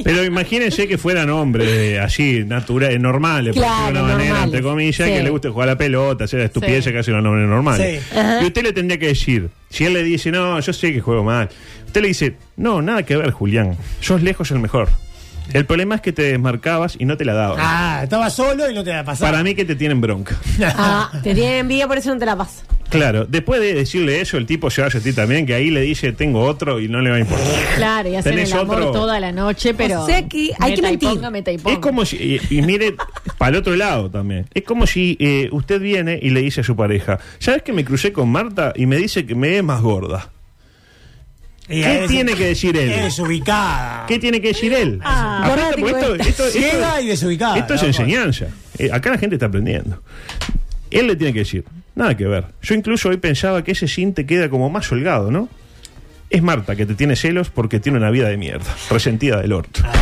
J: pero imagínense que fueran hombres eh, así, naturales, normales,
Q: Claro,
J: por decirlo de una manera,
Q: normales.
J: entre comillas,
Q: Sí.
J: que le guste jugar a la pelota, hacer la estupidez
Q: Sí.
J: que hace un hombre normal.
Q: Sí. Ajá.
J: Y usted le tendría que decir, si él le dice, no, yo sé que juego mal. Usted le dice, no, nada que ver, Julián. Sos lejos el mejor. El problema es que te desmarcabas y no te la dabas.
K: Ah, estaba solo y no te la pasaba.
J: Para mí que te tienen bronca.
Q: Ah, te tiene envidia, por eso no te la pasa.
J: Claro, después de decirle eso, el tipo se va a sentir también que ahí le dice tengo otro y no le va a importar.
D: Claro, y hacen
J: ¿Tenés
D: el amor
J: otro?
D: toda la noche, pero.
Q: O sea que hay que
D: meta y
Q: mentir.
D: ponga, meta y
J: Es
D: ponga.
J: como si, eh, y, y mire, para el otro lado también, es como si eh, usted viene y le dice a su pareja, ¿sabes que me crucé con Marta y me dice que me es más gorda? ¿Qué tiene que decir él?
K: Es desubicada.
J: ¿Qué tiene que decir él?
K: Ah,
J: Aparte,
K: ahora te
J: porque
K: cuento. Ciega y desubicada,
J: Esto es
K: loco.
J: enseñanza. Eh, acá la gente está aprendiendo. Él le tiene que decir, nada que ver. Yo incluso hoy pensaba que ese sin te queda como más holgado, ¿no? Es Marta que te tiene celos porque tiene una vida de mierda, resentida del orto.
D: Ah,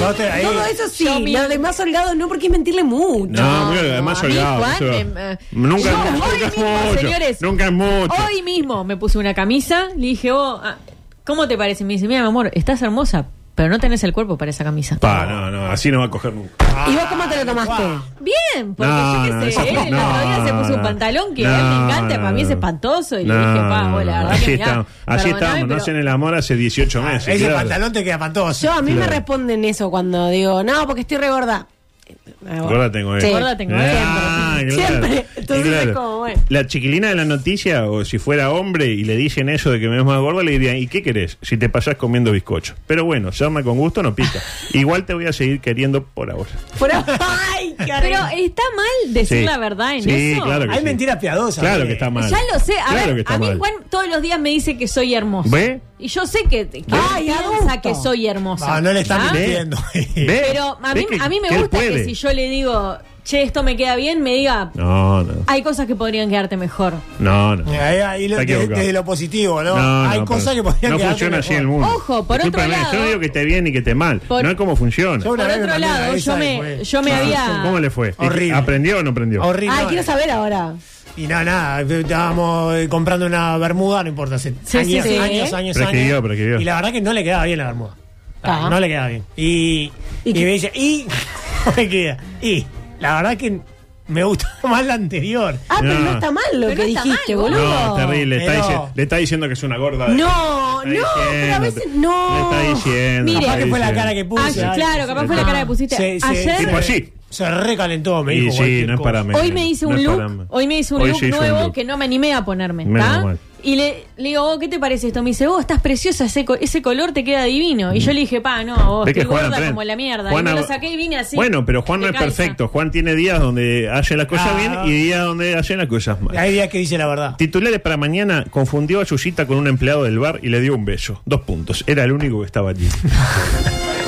K: No te- ahí-
Q: Todo eso sí, lo demás holgado no, porque es mentirle mucho.
J: No, muy holgado, además
D: a mí,
J: holgado.
D: Juan,
J: eso.
D: em, eh,
J: Nunca,
D: yo
J: nunca
D: hoy
J: es
D: mismo,
J: mucho.
D: señores,
J: Nunca es mucho.
D: Hoy mismo me puse una camisa, le dije, oh, ah, ¿cómo te parece? Me dice, mira, mi amor, estás hermosa, pero no tenés el cuerpo para esa camisa.
J: Pa, no, no, así no va a coger nunca.
Q: ¿Y vos cómo te lo tomaste?
D: Bien, porque
J: No,
D: yo
J: no,
D: qué
J: esa-
D: sé, él el otro día se
J: no,
D: puso un
J: no.
D: pantalón que
J: No,
D: a él me encanta, para mí es
J: no.
D: espantoso, y
J: No,
D: le dije, pa, vos, la
J: no,
D: verdad
J: así
D: que mirá,
J: estamos, así
D: perdoname,
J: estamos, no
D: pero-
J: hacen el amor hace 18 meses.
K: Ah, Ese
J: claro.
K: pantalón te queda espantoso.
Q: Yo, a mí
J: Claro.
Q: me responden eso cuando digo, no, porque estoy re gorda.
D: Ah,
J: Gorda tengo él.
Q: Sí. Gorda tengo él.
J: Ah,
Q: Siempre.
J: claro.
Q: Siempre. Entonces
J: Y claro,
Q: es como, bueno.
J: La chiquilina de la noticia, o si fuera hombre y le dicen eso de que me ves más gorda, le dirían, ¿y qué querés si te pasás comiendo bizcocho? Pero bueno, llama con gusto,
D: (laughs)
J: no pica. Igual te voy a seguir queriendo por ahora.
Q: Pero, ay,
D: Pero está mal decir
J: Sí.
D: la verdad en
J: Sí,
D: eso.
J: claro que
K: Hay
J: sí.
K: mentiras piadosas.
J: Claro
K: mire.
J: que está mal.
D: Ya lo sé. A
J: Claro que
D: ver,
J: está
D: a mí
J: mal.
D: Juan todos los días me dice que soy hermosa.
J: ¿Ve?
D: Y yo sé que, que
Q: Ay,
D: él piensa que soy hermosa.
K: No, no le está
D: ¿Ah?
K: mintiendo. (laughs)
J: ¿Ve?
D: Pero a
J: ¿Ve
D: mí,
J: Eh, que-
D: a mí me
J: que él
D: gusta que
J: puede?
D: si yo le digo, che, esto me queda bien, me diga,
J: No, no,
D: hay cosas que podrían quedarte mejor.
J: no, no.
K: Ahí, ahí lo-
J: Está
K: desde,
J: equivocado.
K: desde lo positivo, ¿no?
J: No,
K: Hay
J: no,
K: cosas
J: pero
K: que podrían
J: No
K: quedarte
J: funciona así
K: mejor.
J: el mundo.
D: Ojo, por otro
J: Discúlpame,
D: lado-
J: Yo no digo que esté bien ni que esté mal.
D: Por-
J: no es como funciona.
K: Yo una
D: Por
K: vez
D: otro
K: me mandé una
D: lado,
K: esa
D: yo
K: y
D: me,
K: fue-
D: yo me
J: Ah, ¿Cómo
D: había...
J: le fue? ¿Y
K: Horrible.
J: ¿Aprendió o no aprendió?
K: Horrible.
Q: Ay,
K: no,
Q: quiero saber ahora.
K: Y nada, nada, estábamos eh, comprando una bermuda, no importa, hace
Q: Sí,
K: años,
Q: sí, sí.
K: años, años,
J: Prescribió,
K: años.
J: prescribió.
K: Y la verdad que no le quedaba bien la bermuda. Ah,
Q: Ah.
K: No le quedaba bien. Y, y, me dice, y, (laughs) no me queda. Y la verdad que me gustó (laughs) más la anterior.
Q: Ah, pero no
J: No.
Q: está mal lo
D: Pero
Q: que
D: no está
Q: dijiste,
D: mal,
Q: boludo.
J: No, es terrible. Le está,
K: Pero-
J: dici- le está diciendo que es una gorda. de-
Q: No,
J: Le está
Q: no, pero a
J: diciendo,
Q: veces no.
J: Le está diciendo.
D: Mire.
J: le está
K: Capaz que fue la
J: diciendo.
K: cara que puse.
D: Ah,
K: ay,
D: claro,
K: se-
D: capaz fue la cara que pusiste.
K: se- se-
D: Ayer-
K: se-
J: Tipo así.
K: Se recalentó, me
J: Y
K: dijo.
J: sí,
K: cualquier
J: no es
K: cosa.
J: para menos.
D: Hoy me hice
J: No
D: un
J: es
D: look,
J: para-
D: hoy me hice un
J: Hoy
D: look
J: se hizo un
D: nuevo
J: look.
D: que no me animé a ponerme,
J: Menos
D: ¿está?
J: mal.
D: Y le, le digo, oh, ¿qué te parece esto? Me dice, oh, estás preciosa, ese, co- ese color te queda divino. Y yo le dije, pa, no, vos
J: Ve que
D: estoy
J: Juan
D: gorda
J: aprende.
D: como la mierda.
J: Juan
D: y me lo
J: ab-
D: saqué y vine así.
J: Bueno, pero Juan no
D: Me
J: es
D: calza.
J: perfecto. Juan tiene días donde hace las cosas
K: Ah.
J: bien y días donde hace las cosas mal.
K: Hay días que dice la verdad.
J: Titulares para mañana confundió a Yuyita con un empleado del bar y le dio un beso. Dos puntos. Era el único que estaba allí.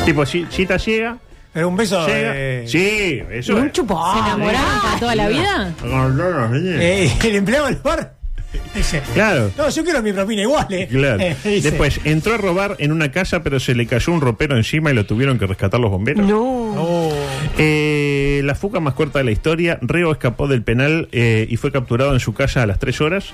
J: tipo, Chi- Chita llega,
K: Pero un beso.
J: llega.
K: eh,
J: Sí, eso
Q: Un
J: es.
D: ¿Se
Q: chupón.
D: enamoraron para toda la vida?
K: eh, (laughs) el empleado del bar. Dice,
J: Claro.
K: no, yo quiero mi propina igual, eh.
J: (laughs) Claro.
K: Eh, (laughs) dice,
J: Después entró a robar en una casa, pero se le cayó un ropero encima y lo tuvieron que rescatar los bomberos.
Q: No.
K: "Oh,
J: Eh, la fuga más corta de la historia, Reo escapó del penal eh, y fue capturado en su casa a las 3 horas.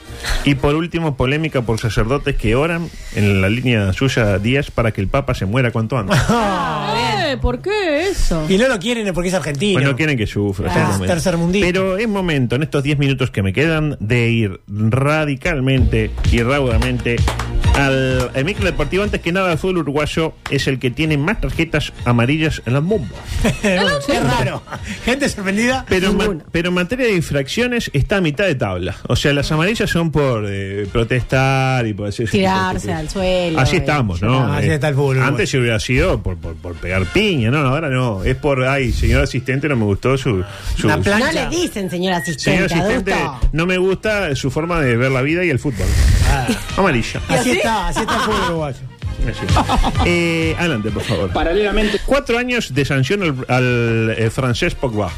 J: Y por último, polémica por sacerdotes que oran en la línea suya Díaz para que el Papa se muera cuanto antes.
D: Eh, ¿Por qué eso?
K: Y no lo quieren porque es argentino.
J: Pues no quieren que sufra.
K: Ah,
J: es el momento.
K: tercermundista.
J: Pero es momento, en estos 10 minutos que me quedan, de ir radicalmente y raudamente al el micro deportivo. Antes que nada, el fútbol uruguayo es el que tiene más tarjetas amarillas en las mundo.
K: (laughs) es raro. Gente sorprendida.
J: Pero, en ma- pero en materia de infracciones está a mitad de tabla. O sea, las amarillas son por eh, protestar y por hacer ese tipo de
Q: Tirarse
J: estupideces.
Q: al suelo.
J: Así estamos, ¿no?
K: Ah, así
J: Eh,
K: está el fútbol, bueno.
J: Antes se hubiera sido por, por, por pegar piña, no, ahora no. Es por, ay, señor asistente, no me gustó su. su-
K: Una plancha.
Q: No le dicen, señor asistente,
J: Señor asistente,
Q: adulto.
J: no me gusta su forma de ver la vida y el fútbol.
K: Ah. (laughs)
J: Amarilla.
K: Así está, así está el fútbol uruguayo.
J: Así. Eh, adelante, por favor.
G: Paralelamente.
J: Cuatro años de sanción al, al, eh, francés Pogba.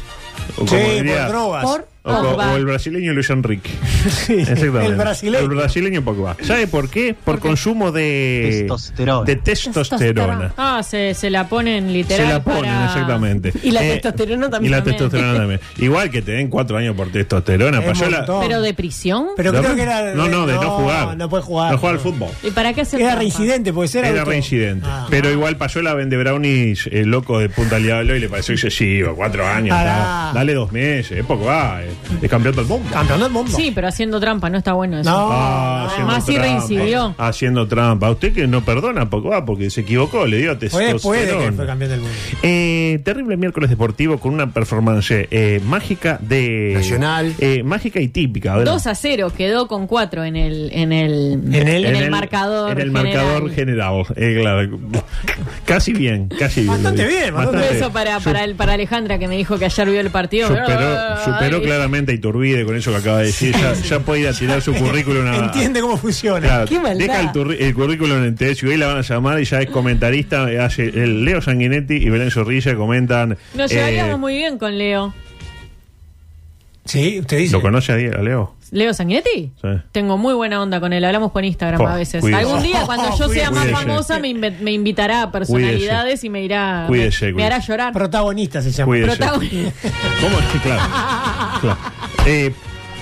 K: Sí,
J: O como
K: por
J: diría-
K: drogas.
Q: Por
J: O, co-
D: Pogba.
J: o el brasileño Luis Enrique.
K: (laughs) Sí,
J: Exactamente.
K: el brasileño.
J: El brasileño Pogba. ¿Sabe por qué? Por consumo de
N: Testosterona.
J: De testosterona.
D: Ah, se, se la ponen
J: Se
D: literal.
J: la ponen,
D: para-
J: exactamente. Eh,
Q: Y la testosterona también.
J: Y la
D: También.
J: testosterona también. Igual que te den cuatro años por testosterona.
K: Es
J: pa, yo la-
K: montón.
D: ¿Pero de prisión?
K: Pero
J: No,
K: creo que era.
J: no, no, de no jugar.
K: No puede jugar.
J: No jugar al fútbol.
D: ¿Y para qué hacer
K: Era
D: trampa?
K: reincidente, puede ser.
J: Era
K: auto.
J: reincidente.
K: Ah.
J: Pero igual pasó la vende brownies eh, loco de punta al diablo y le pareció excesivo. Cuatro años.
K: Pará.
J: da- dale dos meses. Es poco va. eh, Es campeón del mundo.
K: Campeón del mundo.
D: Sí, pero haciendo trampa no está bueno eso.
K: No.
J: Ah,
K: no.
J: haciendo
D: Más si
J: trampa.
D: reincidió.
J: Haciendo trampa. A usted que no perdona poco va porque se equivocó. Le dio
K: Puede, puede que fue
J: testosterona.
K: campeón del mundo.
J: Eh, terrible miércoles deportivo con una performance eh, mágica de.
R: Nacional.
J: eh, mágica y típica. ¿verdad?
D: 2 a 0 quedó con 4 en el, en el,
K: En el-
D: en el marcador.
J: En el marcador
D: general.
J: general. Eh, claro. (laughs) Casi bien, casi bien.
K: Bastante bien, bastante
D: Un beso para, para, el, para Alejandra que me dijo que ayer vio el partido.
J: Superó,
D: Ay,
J: superó
D: hizo
J: claramente a Iturbide con eso que acaba de decir. Ya, ya puede ir a tirar su currículum a.
K: Entiende cómo funciona.
J: Claro,
K: Qué maldad.
J: deja el, turri- el currículum en TSU y la van a llamar y ya es comentarista. eh, Hace el Leo Sanguinetti y Belén Zorrilla comentan.
D: Nos
J: eh,
D: llevaríamos muy bien con Leo.
K: Sí, usted dice.
J: ¿Lo conoce a Die-
D: (laughs)
J: a Leo?
D: ¿Leo Sanguinetti?
J: Sí.
D: Tengo muy buena onda con él. Hablamos por Instagram
J: Po,
D: a veces.
J: cuídese.
D: Algún día, cuando yo sea más
J: Cuídese.
D: famosa, me, inve- me invitará a personalidades y me irá.
J: Cuídese,
D: me, me
J: cuídese.
D: hará llorar.
K: Protagonista se llama.
J: Cuídese.
D: Protagonista.
J: ¿Cómo? Sí, claro. Claro. Eh,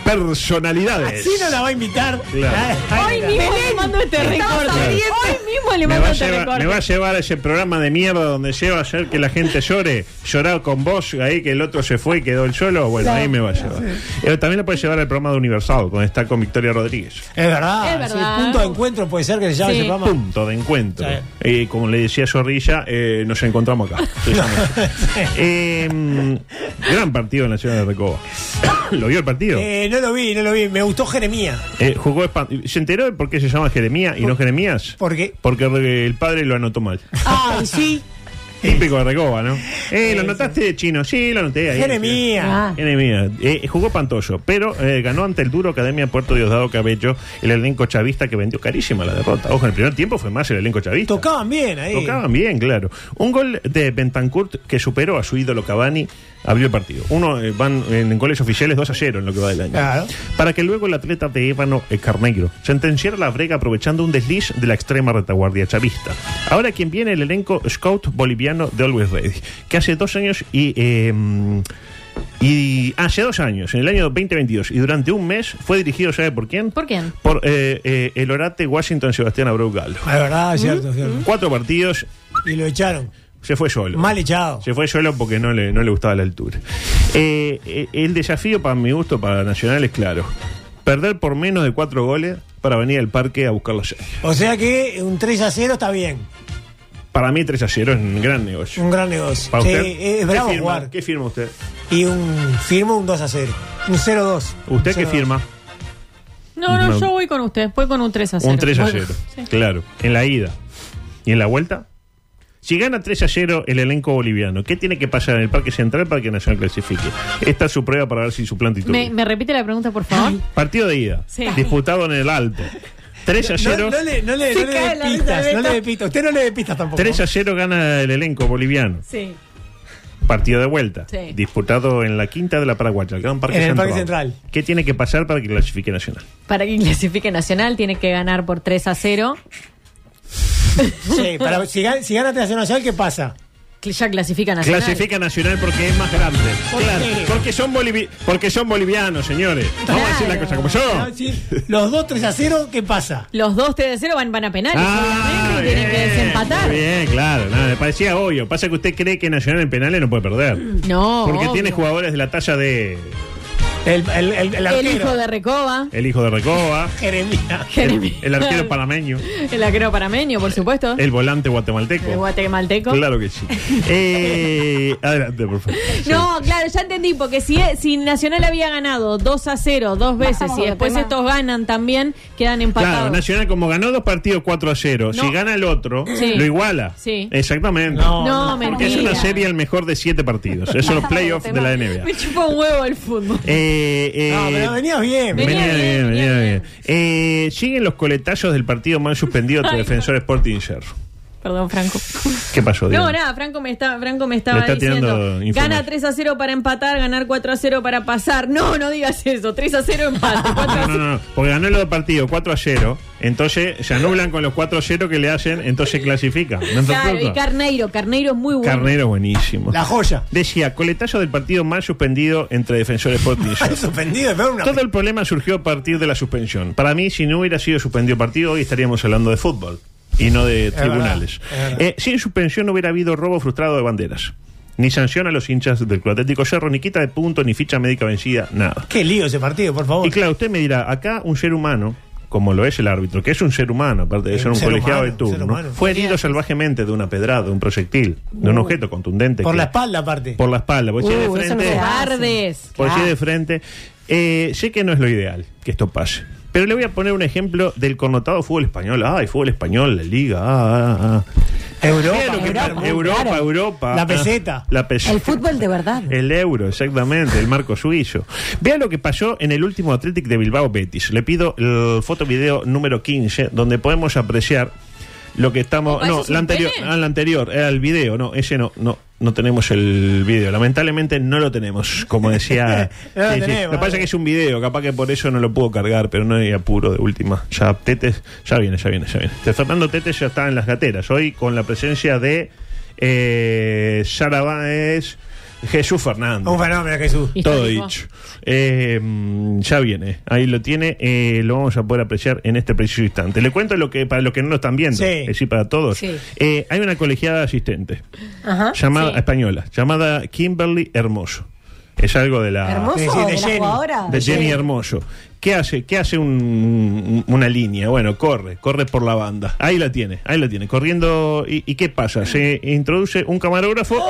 J: personalidades.
K: Así no la va a invitar.
J: Claro.
D: Hoy mismo le mando este recorte.
J: Claro.
D: Hoy mismo le
J: Me va,
D: mando
J: a
D: este
J: llevar, me va a
D: recorte.
J: llevar a ese programa de mierda donde lleva a hacer que la gente llore, llorar con vos, ahí que el otro se fue y quedó el solo. Bueno,
K: Claro.
J: ahí me va a llevar. Eh, también la puede llevar al programa de Universal, donde está con Victoria Rodríguez.
K: Es verdad.
D: Es verdad.
K: sí, punto de encuentro puede ser que se llame ese programa.
J: Punto de encuentro.
K: Sí.
J: Eh, como le decía Zorrilla, eh, nos
K: (laughs)
J: encontramos acá. Se llama así. Eh, mm, gran partido en la ciudad de Recoba. (coughs) ¿Lo vio el partido?
K: Eh, no lo vi, no lo vi. Me gustó Jeremía.
J: Eh, jugó espan- ¿Se enteró de por qué se llama Jeremías y no Jeremías?
K: ¿Por qué?
J: Porque re- el padre lo anotó mal.
K: (laughs) Ay, sí.
J: Típico de Recoba, ¿no? Eh, ¿lo anotaste de chino? Sí, lo anoté ahí.
K: Jeremías.
J: Ah. Jeremías. Eh, jugó Pantoyo, pero eh, ganó ante el duro Academia Puerto Diosdado Cabello, el elenco chavista que vendió carísima la derrota. Ojo, en el primer tiempo fue más el elenco chavista.
K: Tocaban bien ahí.
J: Tocaban bien, claro. Un gol de Bentancurt que superó a su ídolo Cavani abrió el partido. Uno eh, van en goles oficiales 2 a 0 en lo que va del año.
K: Claro.
J: Para que luego el atleta de Ébano eh, Carneiro sentenciara la brega aprovechando un desliz de la extrema retaguardia chavista. Ahora quien viene el elenco scout boliviano de Always Ready, que hace dos años y... eh, mm, y hace dos años, en el año 2022, y durante un mes fue dirigido, ¿sabe por quién?
D: ¿Por quién?
J: Por eh, eh, el orate Washington Sebastián Abreu Galo.
K: Es verdad, es cierto, es cierto.
J: Cuatro partidos,
K: Y lo echaron.
J: se fue solo.
K: Mal echado.
J: Se fue solo porque no le, no le gustaba la altura. Eh, eh, el desafío para mi gusto para Nacional es claro. Perder por menos de cuatro goles para venir al parque a buscar los seis.
K: O sea que un 3 a 0 está bien.
J: Para mí 3 a 0 es un gran negocio.
K: Un gran negocio.
J: ¿Para
K: Mm. Sí, eh,
J: usted?
K: es bravo
J: ¿Qué firma?
K: jugar.
J: ¿Qué firma usted?
K: Y un firmo un 2 a 0. Un 0-2.
J: ¿Usted qué firma?
D: No, no,
J: No.
D: yo voy con usted. Voy con un 3 a 0.
J: Un 3 a
D: Voy-
J: 0.
D: Sí.
J: Claro. En la ida. ¿Y en la vuelta? Si gana 3 a 0 el elenco boliviano, ¿qué tiene que pasar en el Parque Central para que Nacional clasifique? Esta es su prueba para ver si su plan titular.
D: ¿Me, me repite la pregunta, por favor?
J: Partido de ida.
D: Sí.
J: Disputado en el Alto. 3 a 0.
K: No, no le, no le,
D: Se
K: no le
D: cae
K: dé
D: la risa
K: pistas,
D: de
K: no le
D: Beto.
K: dé pistas. Usted no le dé pistas tampoco.
J: 3 a 0 gana el elenco boliviano.
D: Sí.
J: Partido de vuelta.
D: Sí.
J: Disputado en la quinta de la Paraguaya, el Gran Parque,
K: En el
J: Central.
K: Parque Central.
J: ¿Qué tiene que pasar para que clasifique Nacional?
D: Para que clasifique Nacional, tiene que ganar por 3 a 0.
K: Sí, para, si, gana, si gana 3 a 0 Nacional, ¿qué pasa?
D: Que Ya clasifica Nacional.
J: Clasifica Nacional porque es más grande. Claro, porque son, bolivi- porque son bolivianos, señores. Vamos a decir la cosa como yo.
K: Ah, Los dos 3 a 0, ¿qué pasa?
D: Los dos 3 a 0 van, van a penales, Ah, obviamente, y tienen que desempatar.
J: Muy Ah, bien, claro. nada, me parecía obvio. Pasa que usted cree que Nacional en penales no puede perder.
D: No.
J: porque
D: obvio.
J: tiene jugadores de la talla de
K: El, el, el, el
D: El,
K: arquero.
D: hijo de Recoba,
J: el hijo de Recoba,
K: Jeremías.
J: el,
D: (laughs)
J: el arquero panameño,
D: el arquero parameño, por supuesto.
J: el volante guatemalteco.
D: El guatemalteco.
J: Claro que sí. Eh, adelante, por favor.
D: (laughs) No, claro, ya entendí, porque si, si Nacional había ganado 2 a 0 dos veces
L: Bajamos
D: y
L: de
D: después
L: tema.
D: estos ganan también, quedan
J: Claro,
D: empatados.
J: Nacional como ganó dos partidos 4 a 0,
D: No.
J: si gana el otro,
D: Sí.
J: lo iguala.
D: Sí.
J: Exactamente.
D: No, no,
J: porque es
D: mentira.
J: una serie el mejor de siete partidos. Eso es los playoffs de la NBA.
D: Me chupa un huevo el fútbol.
J: Eh, eh,
K: No, pero venías bien.
J: (laughs) Venía,
D: Venía
J: bien,
D: bien,
J: venía bien. Eh, siguen los coletazos del partido más suspendido entre
D: Ay,
J: Defensor Sporting Cerro.
D: Perdón, Franco.
J: ¿Qué pasó, Diego?
D: No, nada, Franco me, está, Franco me estaba
J: Le está tirando
D: diciendo.
J: información.
D: Gana 3 a 0 para empatar, ganar 4 a 0 para pasar. No, no digas eso. 3 a 0 empate. cuatro
J: (laughs) No,
D: a
J: no, no, porque ganó los dos partidos 4 a 0, entonces se anulan con los 4 a 0 que le hacen, entonces clasifica. ¿No
D: cero. Claro,
J: entiendo?
D: y Carneiro. Carneiro es muy bueno.
J: Carnero buenísimo.
K: La joya.
J: Decía, coletazo del partido más suspendido entre Defensor Sporting y Cerro.
K: Suspendido, es peor una.
J: Todo el problema surgió a partir de la suspensión. Para mí, si no hubiera sido suspendido el partido, hoy estaríamos hablando de fútbol y no de
K: verdad,
J: tribunales.
K: es verdad.
J: Eh, sin suspensión no hubiera habido robo frustrado de banderas. Ni sanción a los hinchas del Club Atlético Cerro, ni quita de puntos, ni ficha médica vencida, nada.
K: Qué lío ese partido, por favor.
J: Y claro, usted me dirá, acá un ser humano, como lo es el árbitro, que es un ser humano, aparte de
K: Es
J: ser
K: un
J: un,
K: ser
J: colegiado
K: humano,
J: de
K: un ser
J: turno,
K: humano. Uh.
J: fue herido salvajemente de una pedrada, de un proyectil, de un objeto contundente.
K: por
J: que-
K: la espalda, aparte.
J: Por la espalda. porque si es de
D: Uh, eso
J: frente-
D: me Cobardes.
J: por
D: Claro.
J: allí de frente. Eh, sé que no es lo ideal que esto pase. Pero le voy a poner un ejemplo del connotado fútbol español. Ah, el fútbol español, la liga. Ah, ah, ah.
K: Europa,
J: Mira lo
K: Europa,
J: que- Europa,
K: claro.
J: Europa. ah.
K: La peseta.
J: La peseta.
L: El fútbol de verdad.
J: El euro, exactamente, el marco suizo. Vea lo que pasó en el último Athletic de Bilbao Betis. Le pido el fotovideo número 15, donde podemos apreciar lo que estamos.
R: Opa, ¿eso
J: No,
R: es
J: la
R: un
J: anterior,
R: pene?
J: ah, la anterior, era el video, no, ese no, no. No tenemos el video, lamentablemente no lo tenemos,
R: (laughs)
J: como decía.
K: No lo
J: Sí, sí.
K: tenemos,
J: Lo que pasa es que es un video, capaz que por eso no lo puedo cargar, pero no hay apuro de última. Ya Tetes, ya viene, ya viene, ya viene. Este Fernando Tetes ya está en las gateras, hoy con la presencia de eh, Sara Báez, Jesús Fernández.
K: Un fenómeno, Jesús. Ah,
J: Todo dicho. Eh, mm, ya viene, ahí lo tiene, eh, lo vamos a poder apreciar en este preciso instante. Le cuento lo que para los que no lo están viendo,
K: Sí.
J: es decir, para todos.
K: Sí.
J: Eh, hay una colegiada asistente,
L: Ajá.
J: llamada española, llamada Kimberly Hermoso. Es algo de la
L: Hermoso,
K: Sí, sí, de
L: de, la
K: Jenny.
D: Ah,
L: jugadora.
J: Ah. de Jenny Hermoso. ¿Qué hace? ¿Qué hace un- una línea? Bueno, corre, corre por la banda. Ahí la tiene, ahí la tiene, corriendo. ¿Y, y qué pasa? Se introduce un camarógrafo.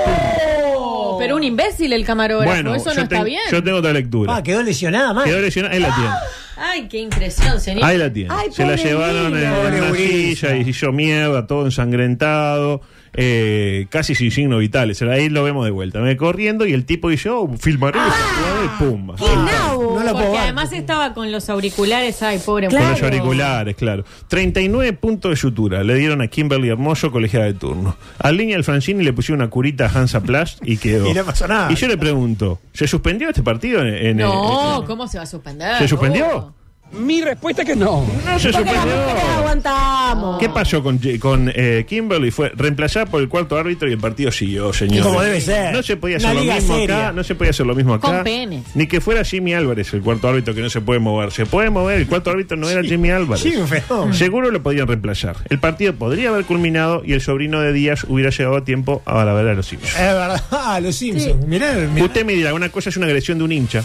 D: Oh, Pero un imbécil el camarógrafo,
J: bueno,
D: eso
J: yo,
D: no está
J: ten-
D: bien.
J: yo tengo otra lectura.
K: Ah, quedó lesionada más.
J: Quedó lesionada, ahí la tiene.
D: Ah, Ay, qué impresión, señor.
J: Ahí la tiene. Se la llevaron en
K: Pobre
J: una
K: gurisa.
J: silla y hizo mierda, todo ensangrentado, eh, casi sin signos vitales. Ahí lo vemos de vuelta. ¿no? Corriendo y el tipo dice, oh, filmaré
D: Ah,
J: esa jugada", y pumba.
K: No la puedo
D: Porque
K: ver.
D: además estaba con los auriculares, ay, pobre
J: Con los
D: mujer.
J: auriculares, claro. 39 puntos de sutura le dieron a Kimberly Hermoso, colegiada de turno. Al línea del Francini le pusieron una curita a Hansa Plast y quedó.
K: (laughs) Y no pasó nada.
J: Y yo le pregunto, ¿se suspendió este partido? En, en-
D: No, ¿cómo se va a suspender? Oh.
J: en- ¿Se suspendió?
F: Mi respuesta es que no.
J: No se
L: Porque las
J: suspendió.
L: mujeres aguantamos.
J: ¿Qué pasó con, con eh, Kimberly? Fue reemplazada por el cuarto árbitro y el partido siguió, señor.
K: Como debe ser.
J: No se podía
K: Una
J: hacer lo
K: liga
J: mismo
K: seria.
J: acá. No se podía hacer lo mismo acá.
D: Con penes.
J: Ni que fuera Jimmy Álvarez el cuarto árbitro que no se puede mover. Se puede mover. El cuarto árbitro no era Jimmy Álvarez.
K: Sí, un
D: Mm.
K: fenómeno.
J: Seguro lo podían reemplazar. El partido podría haber culminado y el sobrino de Díaz hubiera llegado a tiempo a la verdad de los
D: Eh,
J: Simpsons.
K: Es verdad, ah, los Simpsons. Mirá, mirá.
J: Usted me dirá, una cosa es una agresión de un hincha,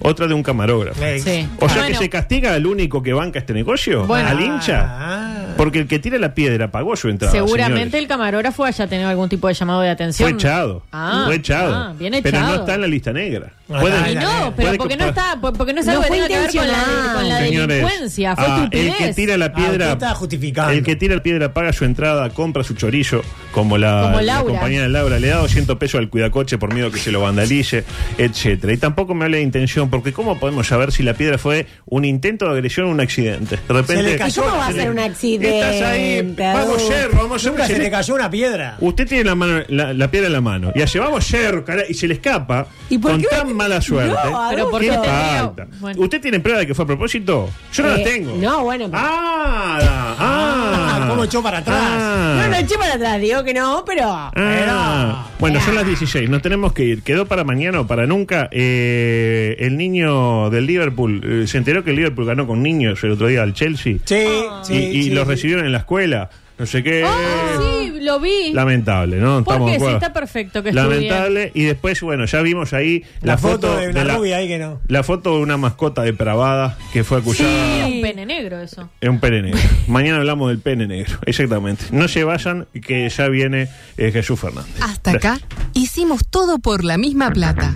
J: otra de un camarógrafo.
K: Sí.
J: O sea
K: Bueno.
J: que se castiga al único que banca este negocio,
D: Bueno.
J: al hincha.
K: Ah,
J: Porque el que tira la piedra pagó su entrada.
D: Seguramente
J: señores.
D: el camarógrafo haya tenido algún tipo de llamado de atención.
J: fue echado.
D: Ah,
J: fue echado.
D: ah, bien
J: Pero no
D: echado.
J: está en la lista negra.
K: Ah,
J: Puede-
D: Y no, pero
J: puede
D: porque
J: que-
D: no está, porque no es
L: No
D: algo que
L: fue
D: tenga que ver con la,
L: intencional.
D: con la
J: Señores,
D: delincuencia, fue
J: ah, el
D: estupidez.
J: que tira la
K: usted
J: piedra
K: está justificando.
J: El que tira la piedra paga su entrada, compra su chorizo, como la,
D: Como
J: la
D: Laura.
J: compañera de Laura. Le da 200 pesos al cuidacoche por miedo que se lo vandalice, etcétera. Y tampoco me hable de intención, porque ¿cómo podemos saber si la piedra fue un intento de agresión o un accidente? De repente.
K: le
L: ¿Y
K: cayó.
L: cómo va a ser un accidente?
J: Estás ahí, vamos,
L: adulto?
J: Cerro, vamos, Cerro,
K: Nunca
J: se
K: se
J: le-
K: te cayó una piedra.
J: Usted tiene la, mano, la, la piedra en la mano y la llevamos cerca y se le escapa
L: ¿Y por
J: con
L: qué?
J: tan mala suerte.
L: No,
D: Pero ¿por qué
J: ¿Qué
D: te creo?
J: falta?
D: Bueno.
J: ¿Usted tiene prueba de que fue a propósito? Yo no
L: Eh,
J: las tengo.
L: No, bueno. pero-
J: Ah, ah, ah,
K: ¿Cómo echó para atrás?
J: ah,
L: No, no eché para atrás, digo que no, pero.
J: ah. Bueno, son las 16, nos tenemos que ir. Quedó para mañana o para nunca. Eh, el niño del Liverpool eh, se enteró que el Liverpool ganó con niños el otro día al Chelsea
K: Sí, sí,
J: y, y
K: sí,
J: los
K: sí.
J: recibieron en la escuela. No sé qué.
D: Ah, sí, lo vi.
J: Lamentable, ¿no?
D: ¿Por
J: Estamos de
D: qué? Sí,
J: acuerdo.
D: está perfecto que estudie.
J: Lamentable. Y después, bueno, ya vimos ahí la,
K: La foto de una
J: la,
K: rubia ahí que no.
J: la foto de una mascota depravada que fue acusada.
D: Era un pene negro eso.
J: Es un pene negro. Mañana hablamos del pene negro, (laughs) exactamente. No se vayan, que ya viene eh, Jesús Fernández.
C: Hasta acá hicimos todo por la misma plata.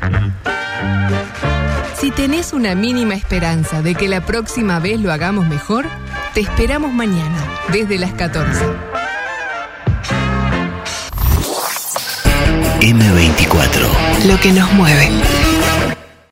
C: Si tenés una mínima esperanza de que la próxima vez lo hagamos mejor, te esperamos mañana, desde las 14.
A: M24.
C: Lo que nos mueve.